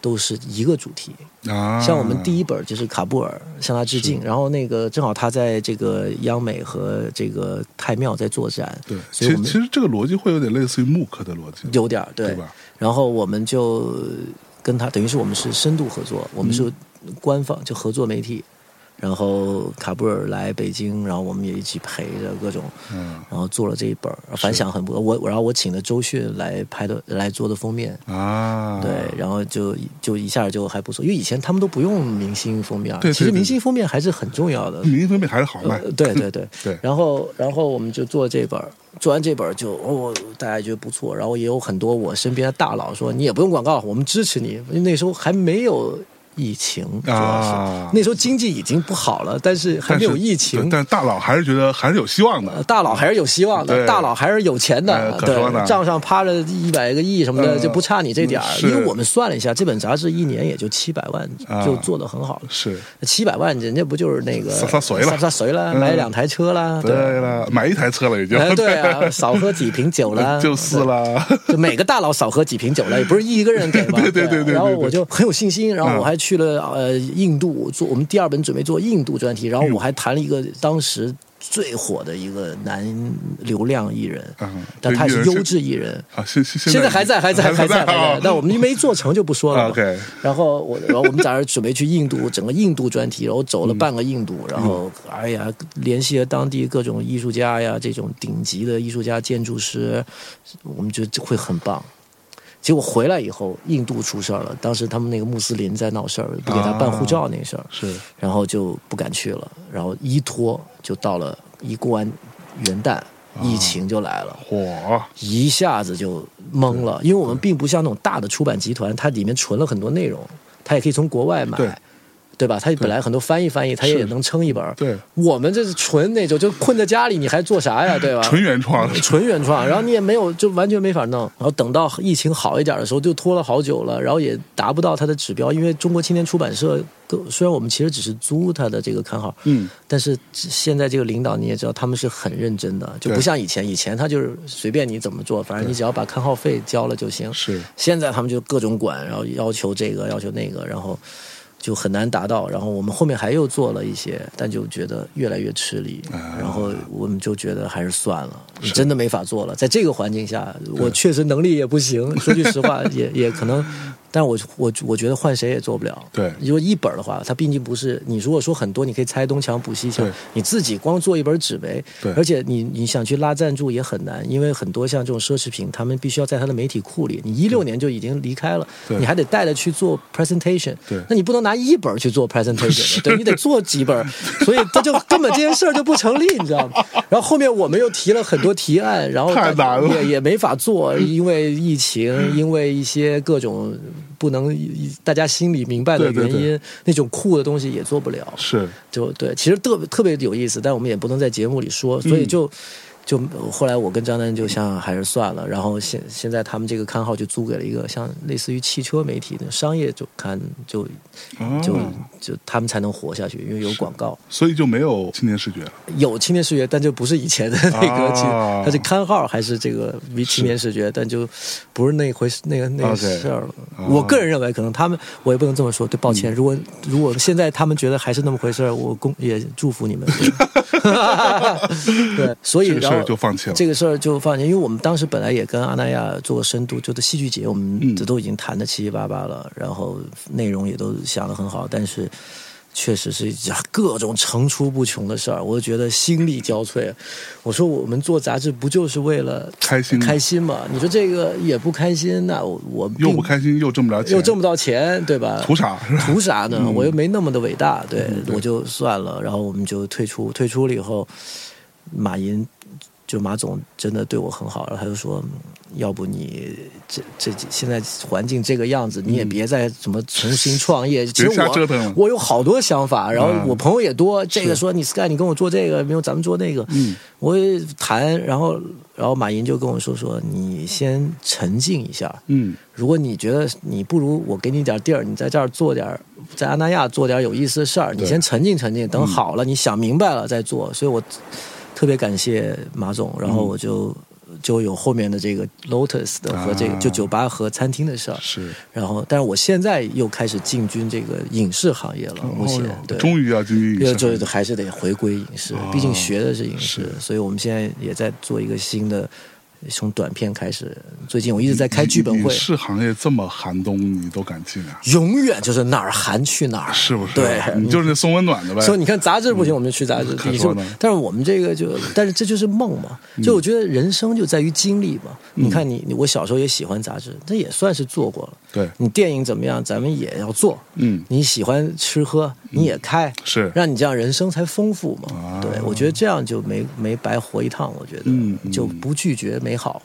Speaker 2: 都是一个主题，
Speaker 1: 啊，
Speaker 2: 像我们第
Speaker 1: 一
Speaker 2: 一本就是卡布尔向他致敬，然后那个正好他在这个央美和这个太庙在作战，
Speaker 1: 对，其
Speaker 2: 所以我
Speaker 1: 实
Speaker 2: 们
Speaker 1: 其实这个逻辑会有点类似于慕课的逻辑，
Speaker 2: 有点儿对
Speaker 1: 对吧
Speaker 2: 然后我们就跟他，等于是我们是深度合作，我们
Speaker 1: 嗯
Speaker 2: 是官方就合作媒体，然后卡布尔来北京，然后我们也一起陪着各种，
Speaker 1: 嗯
Speaker 2: 然后做了这一本儿，反响很不错。我我然后我请的周迅来拍的来做的封面。
Speaker 1: 啊，
Speaker 2: 对，然后就就一下就还不错，因为以前他们都不用明星封面儿，啊
Speaker 1: 对对
Speaker 2: 其实
Speaker 1: 对
Speaker 2: 明星封面还是很重要的。
Speaker 1: 民分辨还是好卖
Speaker 2: 呃，对对对
Speaker 1: 对
Speaker 2: 然后然后我们就做这本儿，做完这本儿就哦，大家觉得不错。然后也有很多我身边的大佬说，你也不用广告，我们支持你。因为那时候还没有疫情，主要是、
Speaker 1: 啊
Speaker 2: 那时候经济已经不好了，但是还
Speaker 1: 但
Speaker 2: 没
Speaker 1: 是
Speaker 2: 有疫
Speaker 1: 对
Speaker 2: 情。
Speaker 1: 但大佬还是觉得还是有希望
Speaker 2: 呃
Speaker 1: 的。
Speaker 2: 大佬还是有希望
Speaker 1: 对
Speaker 2: 的，大佬还是有钱
Speaker 1: 哎
Speaker 2: 的，
Speaker 1: 可说呢
Speaker 2: 对，账上趴着一百个亿什么的，
Speaker 1: 嗯
Speaker 2: 就不差你这点儿。
Speaker 1: 是
Speaker 2: 因为我们算了一下，这本杂志一年也就七百万
Speaker 1: 啊，
Speaker 2: 就做得很好了。
Speaker 1: 是，
Speaker 2: 七百万，人家不就是那个
Speaker 1: 撒撒水了
Speaker 2: 撒撒水了，
Speaker 1: 嗯
Speaker 2: 买两台车 啦，
Speaker 1: 对了，买一台车了已经，
Speaker 2: 啊哎，对 啊，少喝几瓶酒啦，
Speaker 1: 就是啦，
Speaker 2: 对，就每个大佬少喝几瓶酒了，也不是一个人给 吧？
Speaker 1: 对对对对对
Speaker 2: 然后
Speaker 1: 对嗯
Speaker 2: 我就很有信心，然后我还去了呃印度做我们第二本准备做印度专题，然后
Speaker 1: 嗯
Speaker 2: 我还谈了一个当时。最火的一个男流量艺人，
Speaker 1: 嗯
Speaker 2: 但他
Speaker 1: 这艺
Speaker 2: 也是
Speaker 1: 人是
Speaker 2: 优质艺人，
Speaker 1: 啊，现现
Speaker 2: 现在还在，还在，还在，还 哦在
Speaker 1: 啊。
Speaker 2: 那我们没做成就不说了吧。
Speaker 1: OK
Speaker 2: 然后我，然后我们在那儿准备去印度， 整个印度专题，然后走了半个印度，然后哎呀，联系了当地各种艺术家呀，这种顶级的艺术家、建筑师，我们觉得会很棒。结果回来以后，印度出事儿了，当时他们那个穆斯林在闹事儿，不给他办护照那个事儿，
Speaker 1: 是
Speaker 2: 然后就不敢去了，然后一拖就到了一过完元旦，疫情就来了。
Speaker 1: 火，
Speaker 2: 一下子就懵了，因为我们并不像那种大的出版集团，它里面存了很多内容，它也可以从国外买，
Speaker 1: 对
Speaker 2: 对吧？它本来很多翻译翻译，它也能撑一本儿。
Speaker 1: 对
Speaker 2: 我们这是纯那种，就困在家里，你还做啥呀？对吧？
Speaker 1: 纯原创，
Speaker 2: 纯原创，然后你也没有，就完全没法弄。然后等到疫情好一点的时候，就拖了好久了，然后也达不到它的指标，因为中国青年出版社，虽然我们其实只是租它的这个刊号，
Speaker 1: 嗯，
Speaker 2: 但是现在这个领导你也知道，他们是很认真的，就
Speaker 1: 对
Speaker 2: 不像以前，以前他就是随便你怎么做，反正你只要把刊号费交了就行。
Speaker 1: 是
Speaker 2: 现在他们就各种管，然后要求这个，要求那个，然后就很难达到。然后我们后面还又做了一些，但就觉得越来越吃力，然后我们就觉得还是算了，真的没法做了。在这个环境下，我确实能力也不行，说句实话，也也可能。但我我我觉得换谁也做不了。
Speaker 1: 对
Speaker 2: 如果一本儿的话，它毕竟不是你如果说很多，你可以拆东墙补西墙
Speaker 1: 对，
Speaker 2: 你自己光做一本纸媒
Speaker 1: 对，
Speaker 2: 而且你你想去拉赞助也很难，因为很多像这种奢侈品，他们必须要在他的媒体库里。你一六年就已经离开了，
Speaker 1: 对
Speaker 2: 你还得带着去做 presentation，
Speaker 1: 对
Speaker 2: 那你不能拿一本儿去 做 presentation，的对你得做几本儿，所以他就根本这件事儿就不成立，你知道吗？然后后面我们又提了很多提案，然后
Speaker 1: 太难了
Speaker 2: 也也没法做，
Speaker 1: 嗯
Speaker 2: 因为疫情，因为一些各种不能大家心里明白的
Speaker 1: 对
Speaker 2: 原
Speaker 1: 对
Speaker 2: 因，
Speaker 1: 对
Speaker 2: 那种酷的东西也做不了。
Speaker 1: 是
Speaker 2: 就对，其实特别特别有意思，但我们也不能在节目里说，
Speaker 1: 嗯
Speaker 2: 所以就、就后来我跟张丹就想还是算了，然后现现在他们这个刊号就租给了一个像类似于汽车媒体的商业就刊，就
Speaker 1: 哦
Speaker 2: 就就他们才能活下去，因为有广告，
Speaker 1: 所以就没有青年视觉了。
Speaker 2: 有青年视觉，但就不是以前的那个，青，
Speaker 1: 啊
Speaker 2: 它是刊号还是这个青年视觉，但就不是那回事那个那个
Speaker 1: OK
Speaker 2: 事儿
Speaker 1: 啊
Speaker 2: 了。
Speaker 1: 嗯
Speaker 2: 我个人认为，可能他们我也不能这么说，对，抱歉，如果如果现在他 们觉得还是那么回事儿，我恭也祝福你们。对，对所以
Speaker 1: 是
Speaker 2: 然
Speaker 1: 事儿就放弃了。
Speaker 2: 这个事儿就放弃，因为我们当时本来也跟阿那亚做过深度，就的戏剧节，我们这都已经谈的七七八八了，然后内容也都想的很好，但是确实是各种层出不穷的事儿，我就觉得心力交瘁。我说我们做杂志不就是为了
Speaker 1: 开心吗
Speaker 2: 开心嘛？你说这个也不开心，那我我并
Speaker 1: 又不开心，又挣不了钱，
Speaker 2: 又挣不到钱，对吧？
Speaker 1: 图啥？是吧
Speaker 2: 图啥呢？我又没那么的伟大，对
Speaker 1: 对
Speaker 2: 我就算了。然后我们就退出，退出了以后，马云就马总真的对我很好，然后他就说，嗯要不你这这几现在环境这个样子，你也别再怎么重新创业。其实
Speaker 1: 嗯瞎折腾了
Speaker 2: 我我有好多想法，然后
Speaker 1: 嗯
Speaker 2: 我朋友也多，这个说你 Sky 你跟我做这个，没有咱们做那个，
Speaker 1: 嗯
Speaker 2: 我也谈，然后然后马云就跟我说说你先沉静一下，
Speaker 1: 嗯
Speaker 2: 如果你觉得你不如我给你点地儿，你在这儿做点儿，在安那亚做点儿有意思的事儿，你先沉浸沉浸，等好
Speaker 1: 嗯
Speaker 2: 了、你想明白了再做。所以我特别感谢马总，然后我就、就有后面的这个 Lotus 的和这个、
Speaker 1: 嗯啊
Speaker 2: 就酒吧和餐厅的事儿。
Speaker 1: 是。
Speaker 2: 然后，但是我现在又开始进军这个影视行业了，目前、
Speaker 1: 哦哟
Speaker 2: 对。
Speaker 1: 终于要进军
Speaker 2: 要
Speaker 1: 影视
Speaker 2: 就
Speaker 1: 行业，
Speaker 2: 还是得回归影视
Speaker 1: 哦，
Speaker 2: 毕竟学的是影视
Speaker 1: 是，
Speaker 2: 所以我们现在也在做一个新的，从短片开始。最近我一直在开剧本
Speaker 1: 影
Speaker 2: 会，
Speaker 1: 视行业这么寒冬，你都敢进啊？
Speaker 2: 永远就是哪儿寒去哪儿，
Speaker 1: 是不嗯是？
Speaker 2: 对，
Speaker 1: 你就是那送温暖的呗。
Speaker 2: 所以你看杂志
Speaker 1: 嗯
Speaker 2: 不行，我们就去杂志。
Speaker 1: 可
Speaker 2: 你
Speaker 1: 说
Speaker 2: 说
Speaker 1: 呢，嗯
Speaker 2: 但是我们这个就，但是这就是梦嘛。就我觉得人生就在于经历嘛。你看你，你我小时候也喜欢杂志，这也算是做过了。
Speaker 1: 对
Speaker 2: 你电影怎么样，咱们也要做。
Speaker 1: 嗯
Speaker 2: 你喜欢吃喝，你也开，
Speaker 1: 是
Speaker 2: 让你这样人生才丰富
Speaker 1: 啊
Speaker 2: 嘛。对，我觉得这样就没没白活一趟，我觉
Speaker 1: 嗯
Speaker 2: 得就不拒绝美好。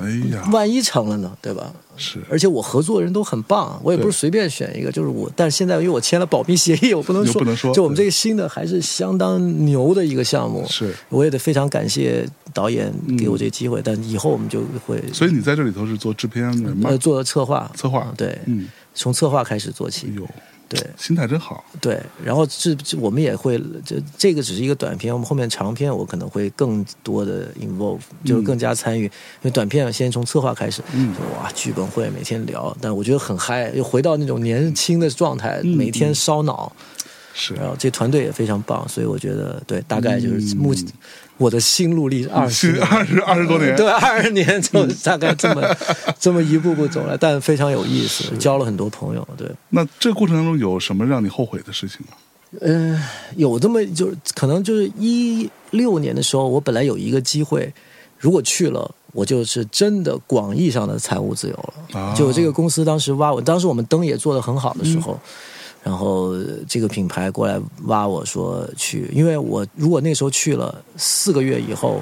Speaker 1: 哎呀，
Speaker 2: 万一成了呢，对吧？
Speaker 1: 是
Speaker 2: 而且我合作的人都很棒，我也不是
Speaker 1: 对
Speaker 2: 随便选一个，就是我。但是现在因为我签了保密协议，我不能
Speaker 1: 你
Speaker 2: 说。
Speaker 1: 不能说
Speaker 2: 就我们这个新的还是相当牛的一个项目，
Speaker 1: 是嗯
Speaker 2: 我也得非常感谢导演给我这个机会。但以后我们就会
Speaker 1: 所以你在这里头是做制片人吗
Speaker 2: 呃？做策划，
Speaker 1: 策划
Speaker 2: 嗯对，
Speaker 1: 嗯，
Speaker 2: 从策划开始做
Speaker 1: 哎
Speaker 2: 起，
Speaker 1: 呦，
Speaker 2: 对
Speaker 1: 心态真好。
Speaker 2: 对。然后这这我们也会这这个只是一个短片，我们后面长片我可能会更多的 involve，就是更加参与。因为短片先从策划开始，
Speaker 1: 嗯
Speaker 2: 就哇，剧本会每天聊，但我觉得很嗨，又回到那种年轻的状态，
Speaker 1: 嗯
Speaker 2: 每天烧脑。
Speaker 1: 是
Speaker 2: 然后这团队也非常棒，所以我觉得对，大概就是目、前我的心路历二十
Speaker 1: 新嗯二十二十多年，嗯
Speaker 2: 对二十年就大概这 么、这么一步步走来，但非常有意思，交了很多朋友。对，
Speaker 1: 那这个过程当中有什么让你后悔的事情吗？
Speaker 2: 嗯、有这么就是可能就是一六年的时候，我本来有一个机会，如果去了。我就是真的广义上的财务自由了，
Speaker 1: 啊
Speaker 2: 就这个公司当时挖我，当时我们灯也做得很好的时候，然后呃这个品牌过来挖我说去，因为我如果那时候去了四个月以后，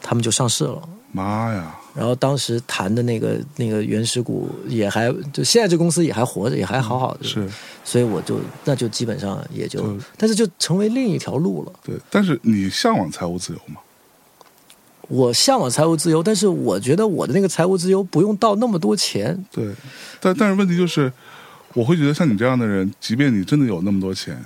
Speaker 2: 他们就上市了，
Speaker 1: 妈呀，
Speaker 2: 然后当时谈的那个那个原始股也还就现在这公司也还活着，也还好好的，
Speaker 1: 嗯是
Speaker 2: 所以我就那就基本上也就
Speaker 1: 就，
Speaker 2: 但是就成为另一条路了。
Speaker 1: 对。但是你向往财务自由吗？
Speaker 2: 我向往财务自由，但是我觉得我的那个财务自由不用到那么多钱，
Speaker 1: 对，但但是问题就是，我会觉得像你这样的人，即便你真的有那么多钱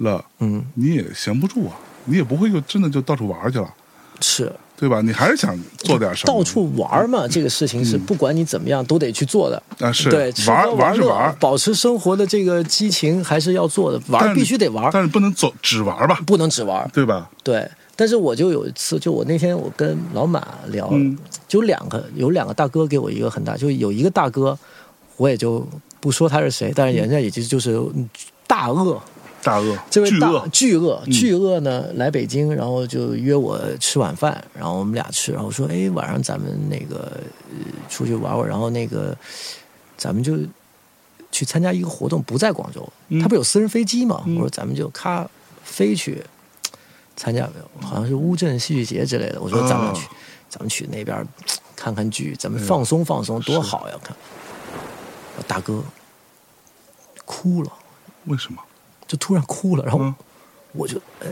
Speaker 1: 了，
Speaker 2: 嗯，
Speaker 1: 你也闲不住啊，你也不会就真的就到处玩去了，
Speaker 2: 是
Speaker 1: 对吧？你还是想做点什么，嗯
Speaker 2: 到处玩嘛，这个事情是不管你怎么样都得去做的。
Speaker 1: 啊是
Speaker 2: 对，吃
Speaker 1: 玩
Speaker 2: 喝
Speaker 1: 玩是
Speaker 2: 乐
Speaker 1: 玩，
Speaker 2: 保持生活的这个激情还是要做的，
Speaker 1: 但
Speaker 2: 玩
Speaker 1: 是
Speaker 2: 必须得玩，
Speaker 1: 但是不能走只玩吧，
Speaker 2: 不能只玩。
Speaker 1: 对吧？
Speaker 2: 对，但是我就有一次，就我那天我跟老马聊，
Speaker 1: 嗯
Speaker 2: 就两个有两个大哥给我一个很大，就有一个大哥，我也就不说他是谁，但是人家也就就是嗯大鳄，
Speaker 1: 大鳄，
Speaker 2: 这位
Speaker 1: 巨嗯
Speaker 2: 大
Speaker 1: 鳄，
Speaker 2: 巨鳄，巨鳄呢来北京，然后就约我吃晚饭，然后我们俩吃，然后说，哎，晚上咱们那个、呃出去玩玩，然后那个咱们就去参加一个活动，不在广州，
Speaker 1: 嗯
Speaker 2: 他不有私人飞机嘛？
Speaker 1: 嗯
Speaker 2: 我说咱们就咔飞去参加，好像是乌镇戏剧节之类的。我说咱们去，
Speaker 1: 啊哎
Speaker 2: 咱们去那边看看剧，咱们放松放松，多好呀！看，我大哥哭了。
Speaker 1: 为什么？
Speaker 2: 就突然哭了，然后
Speaker 1: 嗯
Speaker 2: 我就，呃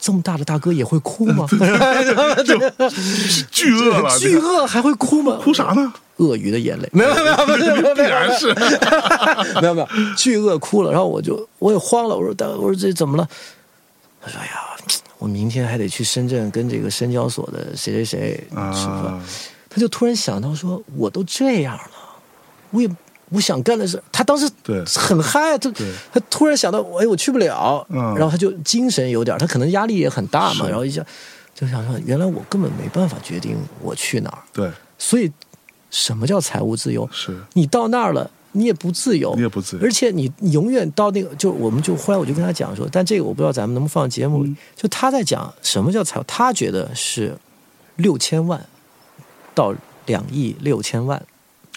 Speaker 2: 这么大的大哥也会哭吗？这个
Speaker 1: 巨鳄了，
Speaker 2: 巨鳄还会哭吗？
Speaker 1: 哭啥？呢？
Speaker 2: 鳄鱼的眼泪，没有没有没有没有
Speaker 1: 必然是
Speaker 2: 没有没有，巨鳄哭了，然后我就我也慌了，我说大，我说这怎么了？他说哎呀，我明天还得去深圳跟这个深交所的谁谁谁吃饭。
Speaker 1: 啊，
Speaker 2: 他就突然想到说，我都这样了，我也我想干的事，他当时
Speaker 1: 对
Speaker 2: 很嗨，他他突然想到，哎，我去不了，
Speaker 1: 嗯
Speaker 2: 然后他就精神有点，他可能压力也很大嘛，
Speaker 1: 是
Speaker 2: 然后一下就想说，原来我根本没办法决定我去哪儿。
Speaker 1: 对，
Speaker 2: 所以，什么叫财务自由？
Speaker 1: 是
Speaker 2: 你到那儿了，你也不自由，
Speaker 1: 你也不自由
Speaker 2: 而且你你永远到那个，就我们就后来我就跟他讲说，但这个我不知道咱们能不能放节目
Speaker 1: 嗯
Speaker 2: 里。就他在讲什么叫财务，他觉得是六千万到两亿六千万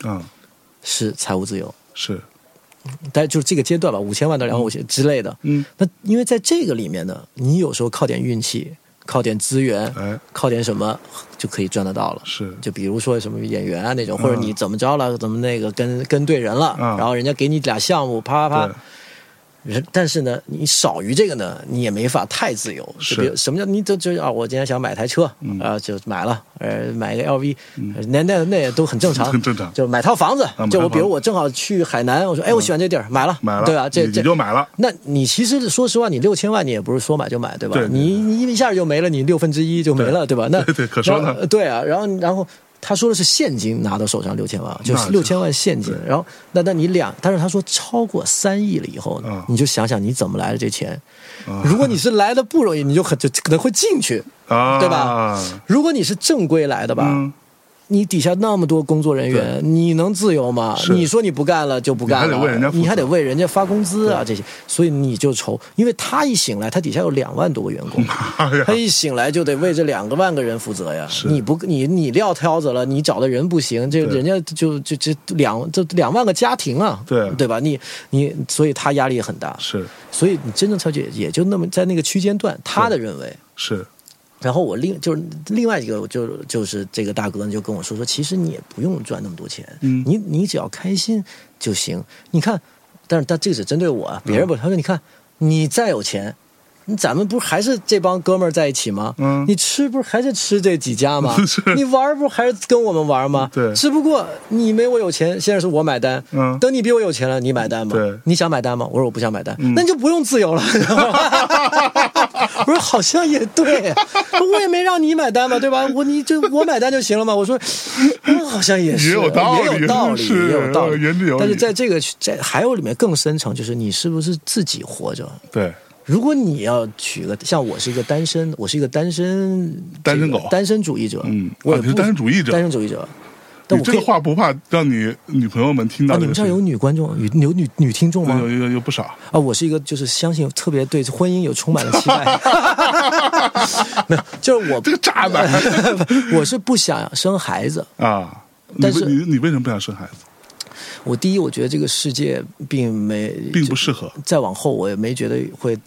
Speaker 1: 嗯，
Speaker 2: 是财务自由，
Speaker 1: 是，
Speaker 2: 但就是这个阶段吧，五千万到两万五千之类的。
Speaker 1: 嗯，
Speaker 2: 那因为在这个里面呢，你有时候靠点运气，靠点资源，
Speaker 1: 哎，
Speaker 2: 靠点什么就可以赚得到了。
Speaker 1: 是，
Speaker 2: 就比如说什么演员啊那种，
Speaker 1: 嗯
Speaker 2: 或者你怎么着了，怎么那个跟跟对人了，
Speaker 1: 嗯
Speaker 2: 然后人家给你俩项目，啪啪
Speaker 1: 对
Speaker 2: 啪。，人但是呢，你少于这个呢，你也没法太自由。
Speaker 1: 是
Speaker 2: 就比如什么叫你就就啊，我今天想买台车，啊、
Speaker 1: 嗯
Speaker 2: 就买了，呃，买个 LV，、那那那也都很正常，
Speaker 1: 很正常啊
Speaker 2: 就买套房子，
Speaker 1: 买套
Speaker 2: 就我
Speaker 1: 房
Speaker 2: 比如我正好去海南，我说哎，我喜欢这地儿，买了，
Speaker 1: 买了，
Speaker 2: 对吧？啊这
Speaker 1: 你
Speaker 2: 这
Speaker 1: 你就买了，
Speaker 2: 那你其实说实话，你六千万你也不是说买就买，对吧？
Speaker 1: 对对
Speaker 2: 你你一下就没了，你六分之一就没了，对吧？那
Speaker 1: 对对可说呢
Speaker 2: 然后对啊，然后然后他说的是现金拿到手上六千万，就
Speaker 1: 那
Speaker 2: 是
Speaker 1: 就
Speaker 2: 六千万现金
Speaker 1: 对。
Speaker 2: 然后那那你两，但是他说超过三亿了以后呢，
Speaker 1: 啊
Speaker 2: 你就想想你怎么来的这钱。
Speaker 1: 啊
Speaker 2: 如果你是来的不容易，你就很就可能会进去；
Speaker 1: 啊，
Speaker 2: 对吧？如果你是正规来的吧，
Speaker 1: 嗯，
Speaker 2: 你底下那么多工作人员，你能自由吗？
Speaker 1: 是
Speaker 2: 你说你不干了就不干
Speaker 1: 你
Speaker 2: 了，
Speaker 1: 还得为人家负责
Speaker 2: 你还得为人家发工资啊这些，所以你就愁，因为他一醒来，他底下有两万多个员
Speaker 1: 哎
Speaker 2: 工。
Speaker 1: 妈呀
Speaker 2: 他，一醒来就得为这两个万个人负责呀！你不你你撂挑子了，你找的人不行，这
Speaker 1: 对
Speaker 2: 人家就就这两这两万个家庭啊，
Speaker 1: 对
Speaker 2: 对吧？你你所以他压力也很大，
Speaker 1: 是
Speaker 2: 所以你真正调解也就那么在那个区间段，他的认为，
Speaker 1: 是，
Speaker 2: 然后我另就是另外一个就就是这个大哥呢就跟我说说，其实你也不用赚那么多钱，
Speaker 1: 嗯
Speaker 2: 你你只要开心就行。你看，但是他这个只针对我，啊，别人
Speaker 1: 嗯
Speaker 2: 不，他说你看你再有钱。你咱们不是还是这帮哥们儿在一起吗？
Speaker 1: 嗯
Speaker 2: 你吃不是还是吃这几家吗
Speaker 1: 是？
Speaker 2: 你玩儿不是还是跟我们玩儿吗？
Speaker 1: 对
Speaker 2: 只不过你没我有钱，现在是我买单。
Speaker 1: 嗯
Speaker 2: 等你比我有钱了，你买单吗？
Speaker 1: 对嗯
Speaker 2: 你想买单吗？我说我不想买单，那你就不用自 由了。我说好像也对，我也没让你买单嘛，对吧？我你就我买单就行了嘛。我说，嗯，好像也是，
Speaker 1: 也
Speaker 2: 也
Speaker 1: 有道理
Speaker 2: 有道理，
Speaker 1: 是呃
Speaker 2: 也有道理，
Speaker 1: 言之有理
Speaker 2: 但是在这个在还有里面更深层，就是你是不是自己活着？
Speaker 1: 对，
Speaker 2: 如果你要娶个像我是一个单身，我是一个单身
Speaker 1: 单身狗
Speaker 2: 这个单身主义者，
Speaker 1: 嗯
Speaker 2: 我
Speaker 1: 啊你
Speaker 2: 也不
Speaker 1: 是单身主义者
Speaker 2: 单身主义者。但
Speaker 1: 你
Speaker 2: 我
Speaker 1: 这
Speaker 2: 可以
Speaker 1: 个话不怕让你女朋友们听到
Speaker 2: 啊，
Speaker 1: 这
Speaker 2: 你
Speaker 1: 个
Speaker 2: 们
Speaker 1: 事情？
Speaker 2: 这儿有女观众、有有女女听众吗？
Speaker 1: 有有有有不少，
Speaker 2: 啊，我是一个就是相信特别对婚姻有充满了期待， 没有，就是我
Speaker 1: 这个渣 男
Speaker 2: 我是不想生孩子。
Speaker 1: 啊！你
Speaker 2: 但
Speaker 1: 为
Speaker 2: 是
Speaker 1: 你你为什么不想生孩子？
Speaker 2: 我第一，我觉得这个世界并没
Speaker 1: 并不
Speaker 2: 就
Speaker 1: 适合，
Speaker 2: 再往后，我也没觉得会，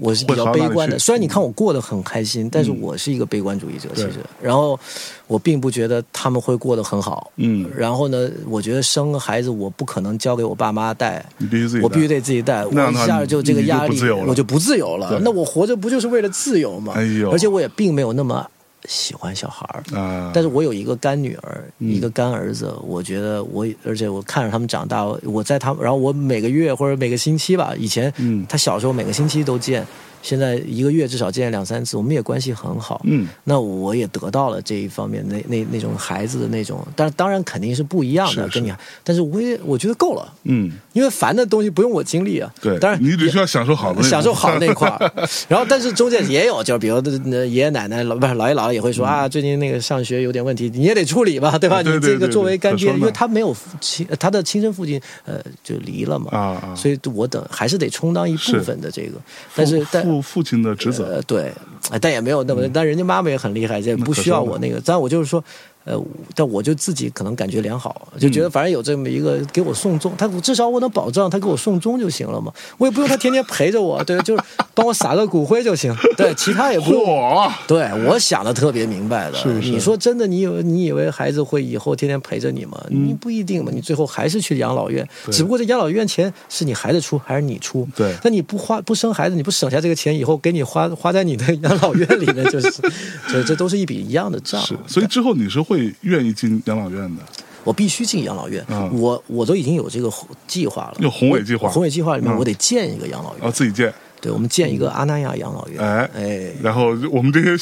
Speaker 2: 我是比
Speaker 1: 会
Speaker 2: 较
Speaker 1: 好到
Speaker 2: 悲
Speaker 1: 哪里
Speaker 2: 观的。
Speaker 1: 去嗯
Speaker 2: 虽然你看我过得很开心，但是我是一个悲观主义者，其实。然后我并不觉得他们会过得很好。
Speaker 1: 嗯
Speaker 2: 然后呢，我觉得生个孩子，我不可能交给我爸妈带。
Speaker 1: 你必须自己带，
Speaker 2: 我必须得自己带，我
Speaker 1: 那样
Speaker 2: 一
Speaker 1: 的话
Speaker 2: 下就这个
Speaker 1: 你就
Speaker 2: 压
Speaker 1: 不
Speaker 2: 力
Speaker 1: 自由了，
Speaker 2: 我就不自由了
Speaker 1: 对。
Speaker 2: 那我活着不就是为了自由吗？
Speaker 1: 哎呦
Speaker 2: 而且我也并没有那么喜欢小孩儿。
Speaker 1: 啊，
Speaker 2: 但是我有一个干女儿，
Speaker 1: 嗯
Speaker 2: 一个干儿子，我觉得我，而且我看着他们长大，我在他们，然后我每个月或者每个星期吧，以前
Speaker 1: 嗯
Speaker 2: 他小时候每个星期都见，现在一个月至少见两三次，我们也关系很好。
Speaker 1: 嗯，
Speaker 2: 那我也得到了这一方面那那那种孩子的那种，但当然肯定是不一样的，
Speaker 1: 是
Speaker 2: 跟你，但是我也我觉得够了，
Speaker 1: 嗯，
Speaker 2: 因为烦的东西不用我经历啊。
Speaker 1: 对，
Speaker 2: 当然
Speaker 1: 你只需要享受好的那种，
Speaker 2: 享受 好那块儿，然后但是中间也有，就是比如呃爷爷奶奶老不是姥爷姥爷也会说啊，最近那个上学有点问题，你也得处理吧，对吧？
Speaker 1: 嗯啊对
Speaker 2: 你
Speaker 1: 对
Speaker 2: 这个
Speaker 1: 对
Speaker 2: 作为干
Speaker 1: 可说
Speaker 2: 爹，
Speaker 1: 呢
Speaker 2: 因为他没有父亲，呃他的亲生父亲呃就离了嘛，
Speaker 1: 啊啊，
Speaker 2: 所以我等还是得充当一部分的这个，但是但
Speaker 1: 父父亲的职责，
Speaker 2: 呃对，哎但也没有那么，但人家妈妈也很厉害，也不需要我那个，但我就是说。呃，但我就自己可能感觉良好，就觉得反正有这么一个给我送终，他至少我能保证他给我送终就行了嘛，我也不用他天天陪着我，对，就是帮我撒个骨灰就行，对，其他也不用。
Speaker 1: 嚯，
Speaker 2: 对，我想的特别明白的。
Speaker 1: 是是
Speaker 2: 你说真的，你以为你以为孩子会以后天天陪着你吗？你不一定嘛，你最后还是去养老院，
Speaker 1: 嗯对
Speaker 2: 只不过这养老院钱是你孩子出还是你出？
Speaker 1: 对
Speaker 2: 那你不花不生孩子，你不省下这个钱，以后给你花花在你的养老院里面，就是， 这这都是一笔一样的账。
Speaker 1: 是，所以之后你是会愿意进养老院的，
Speaker 2: 我必须进养老院，
Speaker 1: 嗯
Speaker 2: 我我都已经有这个计划了。
Speaker 1: 有宏伟计划
Speaker 2: 宏伟计划里
Speaker 1: 嗯
Speaker 2: 面，我得建一个养老院。
Speaker 1: 啊，自己建，
Speaker 2: 对，我们建一个阿那亚养老院。
Speaker 1: 哎
Speaker 2: 哎，
Speaker 1: 然后我们这些这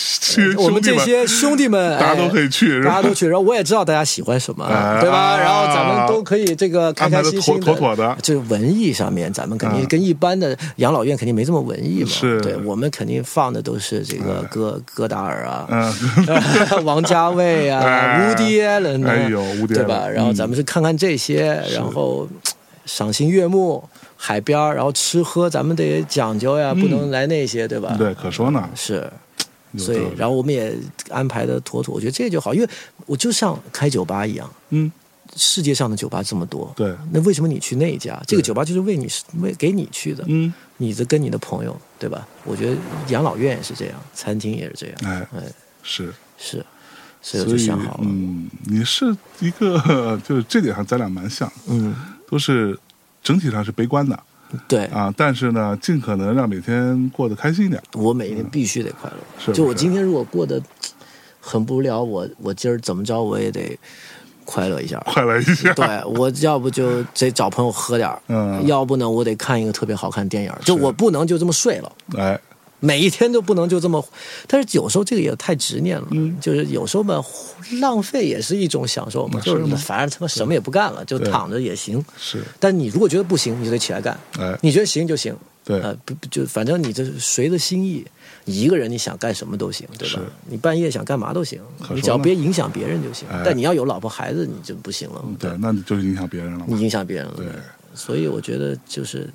Speaker 1: 些
Speaker 2: 我
Speaker 1: 兄
Speaker 2: 们
Speaker 1: 弟
Speaker 2: 这
Speaker 1: 们，
Speaker 2: 些兄弟们，
Speaker 1: 大家都可以去
Speaker 2: 哎
Speaker 1: 是吧
Speaker 2: 大家都去。然后我也知道大家喜欢什么
Speaker 1: 哎，
Speaker 2: 对吧？
Speaker 1: 啊
Speaker 2: 然后咱们都可以这个开开心心
Speaker 1: 安排得妥妥妥的
Speaker 2: 就是文艺上面，咱们肯定
Speaker 1: 嗯
Speaker 2: 跟一般的养老院肯定没这么文艺嘛。
Speaker 1: 是
Speaker 2: 对我们肯定放的都是这个戈戈达尔啊，
Speaker 1: 嗯，
Speaker 2: 王家卫啊
Speaker 1: 哎
Speaker 2: ，Woody Allen 啊
Speaker 1: 哎呦，Woody
Speaker 2: 对吧？
Speaker 1: Allen，
Speaker 2: 然后
Speaker 1: 嗯
Speaker 2: 咱们是看看这些，然后嘖赏心悦目。海边儿，然后吃喝咱们得讲究呀，不能来那些，对吧？
Speaker 1: 嗯对，可说呢，
Speaker 2: 是，
Speaker 1: 有
Speaker 2: 所以
Speaker 1: 道理
Speaker 2: 然后我们也安排的妥妥，我觉得这就好，因为我就像开酒吧一样，
Speaker 1: 嗯，
Speaker 2: 世界上的酒吧这么多，
Speaker 1: 对，
Speaker 2: 那为什么你去那一家？这个酒吧就是为你为给你去的，
Speaker 1: 嗯，
Speaker 2: 你的跟你的朋友，对吧？我觉得养老院也是这样，餐厅也是这样，
Speaker 1: 哎
Speaker 2: 哎，
Speaker 1: 是，
Speaker 2: 是，所以我
Speaker 1: 所
Speaker 2: 就
Speaker 1: 以
Speaker 2: 想好了，
Speaker 1: 嗯，你是一个， 就是这点上咱俩蛮像，
Speaker 2: 嗯
Speaker 1: 都是整体上是悲观的
Speaker 2: 对，
Speaker 1: 啊，但是呢，尽可能让每天过得开心一点，
Speaker 2: 我每一天必须得快乐。
Speaker 1: 嗯是不
Speaker 2: 就我
Speaker 1: 是
Speaker 2: 今天如果过得很无聊，我我今儿怎么着我也得快乐一下。
Speaker 1: 快乐一下，
Speaker 2: 对我要不就得找朋友喝点儿，
Speaker 1: 嗯
Speaker 2: 要不呢我得看一个特别好看的电影儿，就我不能就这么睡了。
Speaker 1: 哎，
Speaker 2: 每一天都不能就这么，但是有时候这个也太执念了，
Speaker 1: 嗯
Speaker 2: 就是有时候吧，浪费也是一种享受嘛，
Speaker 1: 啊是
Speaker 2: 就
Speaker 1: 吗
Speaker 2: 是反正他妈什么也不干了，就躺着也行。
Speaker 1: 是，
Speaker 2: 但你如果觉得不行，你就得起来干。
Speaker 1: 哎
Speaker 2: 你觉得行就行，
Speaker 1: 对
Speaker 2: 呃，不不就反正你这是随着心意，你一个人你想干什么都行，对
Speaker 1: 是？
Speaker 2: 吧你半夜想干嘛都行，
Speaker 1: 可
Speaker 2: 你
Speaker 1: 说
Speaker 2: 只要
Speaker 1: 呢
Speaker 2: 别影响别人就行。
Speaker 1: 哎
Speaker 2: 但你要有老婆孩子，你就不行了。
Speaker 1: 对，那你就是影响别人了嘛，
Speaker 2: 你影响别人了。
Speaker 1: 对嗯
Speaker 2: 所以我觉得就是，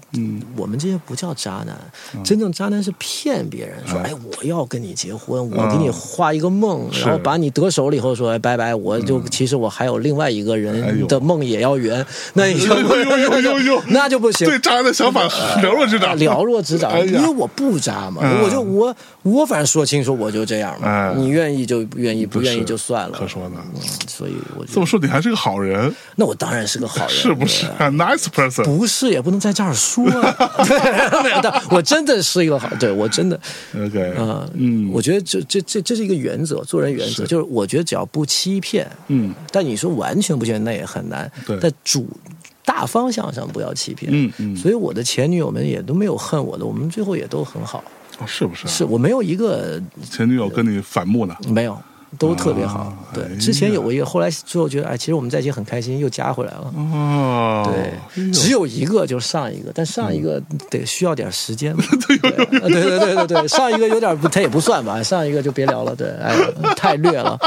Speaker 2: 我们这些不叫渣男，真正渣男是骗别人
Speaker 1: 嗯
Speaker 2: 说，哎，我要跟你结婚，我给你画一个梦，
Speaker 1: 是嗯
Speaker 2: 然后把你得手了以后说，哎，拜拜，我就其实我还有另外一个
Speaker 1: 哎
Speaker 2: 人
Speaker 1: 呦
Speaker 2: 的梦也要圆，那你就
Speaker 1: 呦呦呦呦呦
Speaker 2: 那就不行。
Speaker 1: 对渣男的想法了若指掌，
Speaker 2: 嗯呃了若指掌
Speaker 1: 哎，
Speaker 2: 因
Speaker 1: 呀
Speaker 2: 为我不渣嘛，
Speaker 1: 嗯
Speaker 2: 我就我我反正说清楚我就这样嘛
Speaker 1: 哎，
Speaker 2: 你愿意就愿意，不愿意
Speaker 1: 是
Speaker 2: 就算了。
Speaker 1: 可说呢
Speaker 2: 嗯，所以我
Speaker 1: 这
Speaker 2: 就
Speaker 1: 么说你还是个好人，
Speaker 2: 那我当然是个好人，
Speaker 1: 是不是
Speaker 2: 对
Speaker 1: 啊？Nice person，
Speaker 2: 不是，也不能在这儿说、 对，没有 但我真的是一个好，对我真的，
Speaker 1: ，OK，
Speaker 2: 啊，
Speaker 1: 嗯
Speaker 2: 我觉得这这这这是一个原则，做人原则，就是我觉得只要不欺骗，
Speaker 1: 嗯，
Speaker 2: 但你说完全不欺骗那也很难，
Speaker 1: 对
Speaker 2: 但主大方向上不要欺骗，
Speaker 1: 嗯嗯
Speaker 2: 所以我的前女友们也都没有恨我的，我们最后也都很好，
Speaker 1: 哦是不是啊？
Speaker 2: 是我没有一个
Speaker 1: 前女友跟你反目呢？
Speaker 2: 没有。都特别好，
Speaker 1: 啊
Speaker 2: 对
Speaker 1: 哎，呀
Speaker 2: 之前有过一个，后来最后觉得，哎，其实我们在一起很开心，又加回来了。
Speaker 1: 哦，嗯哎
Speaker 2: 对，
Speaker 1: 呦
Speaker 2: 只有一个就是上一个，但上一个得需要点 时间嘛。对对对对对对，上一个有点不，他也不算吧，上一个就别聊了。对，哎呀，太虐 了，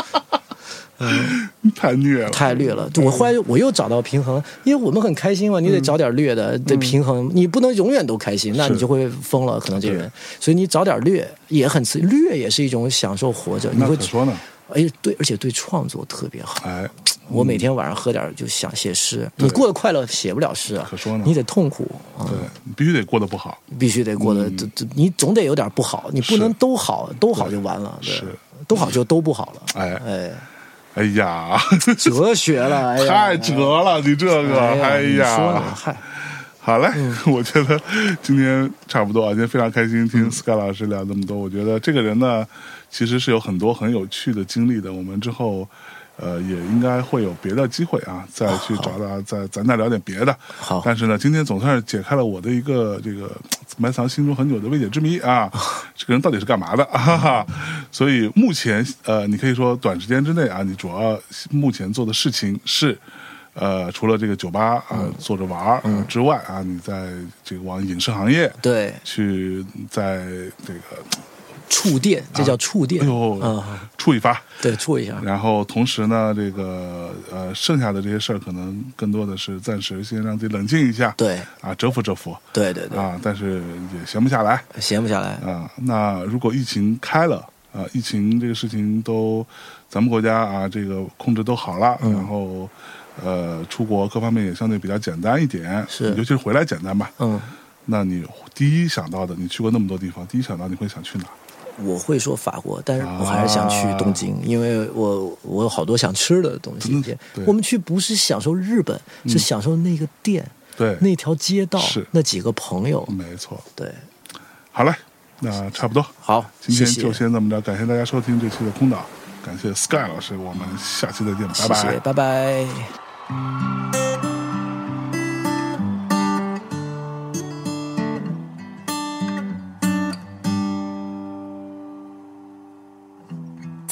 Speaker 1: 太虐了，
Speaker 2: 太虐了。我
Speaker 1: 嗯
Speaker 2: 后来我又找到平衡，因为我们很开心嘛，你得找点虐
Speaker 1: 嗯
Speaker 2: 的，得平衡，你不能永远都开心，那你就会疯了，可能这人。所以你找点虐也很刺，虐也是一种享受活着，你
Speaker 1: 那
Speaker 2: 会
Speaker 1: 可。说呢？
Speaker 2: 哎，对，而且对创作特别好。
Speaker 1: 哎，
Speaker 2: 我每天晚上喝点儿就想写诗，你过得快乐写不了诗啊，
Speaker 1: 可说呢
Speaker 2: 你得痛苦啊，
Speaker 1: 对，你必须得过得不好，
Speaker 2: 必须得过得，
Speaker 1: 嗯
Speaker 2: 这这你总得有点不好，你不能都好，都好就完了，对
Speaker 1: 是
Speaker 2: 都好就都不好了，
Speaker 1: 哎
Speaker 2: 哎，
Speaker 1: 哎呀，
Speaker 2: 哲 学了，哎呀
Speaker 1: 太折了，你这个，哎
Speaker 2: 你说呢嗯
Speaker 1: 呀，
Speaker 2: 嗨，
Speaker 1: 好嘞， 我觉得今天差不多啊，今天非常开心听 Sky 老师聊这么多。我觉得这个人呢，其实是有很多很有趣的经历的。我们之后，呃，也应该会有别的机会啊，再去找他，再咱再聊点别的。
Speaker 2: 好
Speaker 1: 但是呢，今天总算是解开了我的一个这个埋藏心中很久的未解之谜啊，这个人到底是干嘛的啊？哈哈。所以目前，呃，你可以说短时间之内啊，你主要目前做的事情是。呃，除了这个酒吧啊、坐着玩儿、啊之外啊，你在这个往影视行业
Speaker 2: 对，
Speaker 1: 去，在这个
Speaker 2: 触电，这叫触电
Speaker 1: 哎呦、嗯
Speaker 2: 啊，
Speaker 1: 触一发，
Speaker 2: 对，触一下，
Speaker 1: 然后同时呢，这个呃剩下的这些事儿，可能更多的是暂时先让自己冷静一下，
Speaker 2: 对
Speaker 1: 啊，蛰伏蛰伏
Speaker 2: 对对对，
Speaker 1: 啊，但是也闲不下来
Speaker 2: 闲不下来，
Speaker 1: 啊。那如果疫情开了啊，疫情这个事情都咱们国家啊这个控制都好了，
Speaker 2: 嗯
Speaker 1: 然后呃出国各方面也相对比较简单一点，
Speaker 2: 是
Speaker 1: 尤其是回来简单吧。
Speaker 2: 嗯，
Speaker 1: 那你第一想到的，你去过那么多地方，第一想到你会想去哪？
Speaker 2: 我会说法国，但是我还是想去
Speaker 1: 啊
Speaker 2: 东京，因为我我有好多想吃的东西
Speaker 1: 真的。嗯对嗯
Speaker 2: 我们去不是享受日本，是享受那个店、
Speaker 1: 对，
Speaker 2: 那条街道
Speaker 1: 是、嗯
Speaker 2: 那几个朋友。
Speaker 1: 没错。
Speaker 2: 对，
Speaker 1: 好嘞，那差不多。
Speaker 2: 好，
Speaker 1: 今天
Speaker 2: 谢谢
Speaker 1: 就先这么着，感谢大家收听这期的空岛，感谢 Sky 老师，我们下期再见，拜拜。
Speaker 2: 谢谢，拜拜。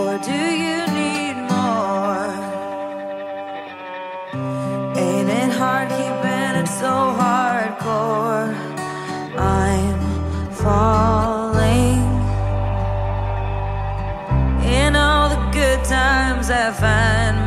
Speaker 4: Or do you need more? Ain't it hard keeping it so hardcore? I'm falling. In all the good times, I find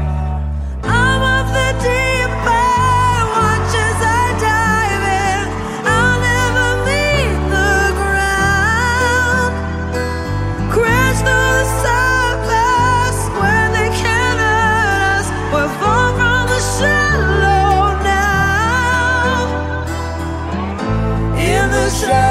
Speaker 4: I'm of the deep end. Watch as I dive in. I'll never meet the ground. Crash through the surface where they can't hurt us. We're far from the shallow now in the shadow.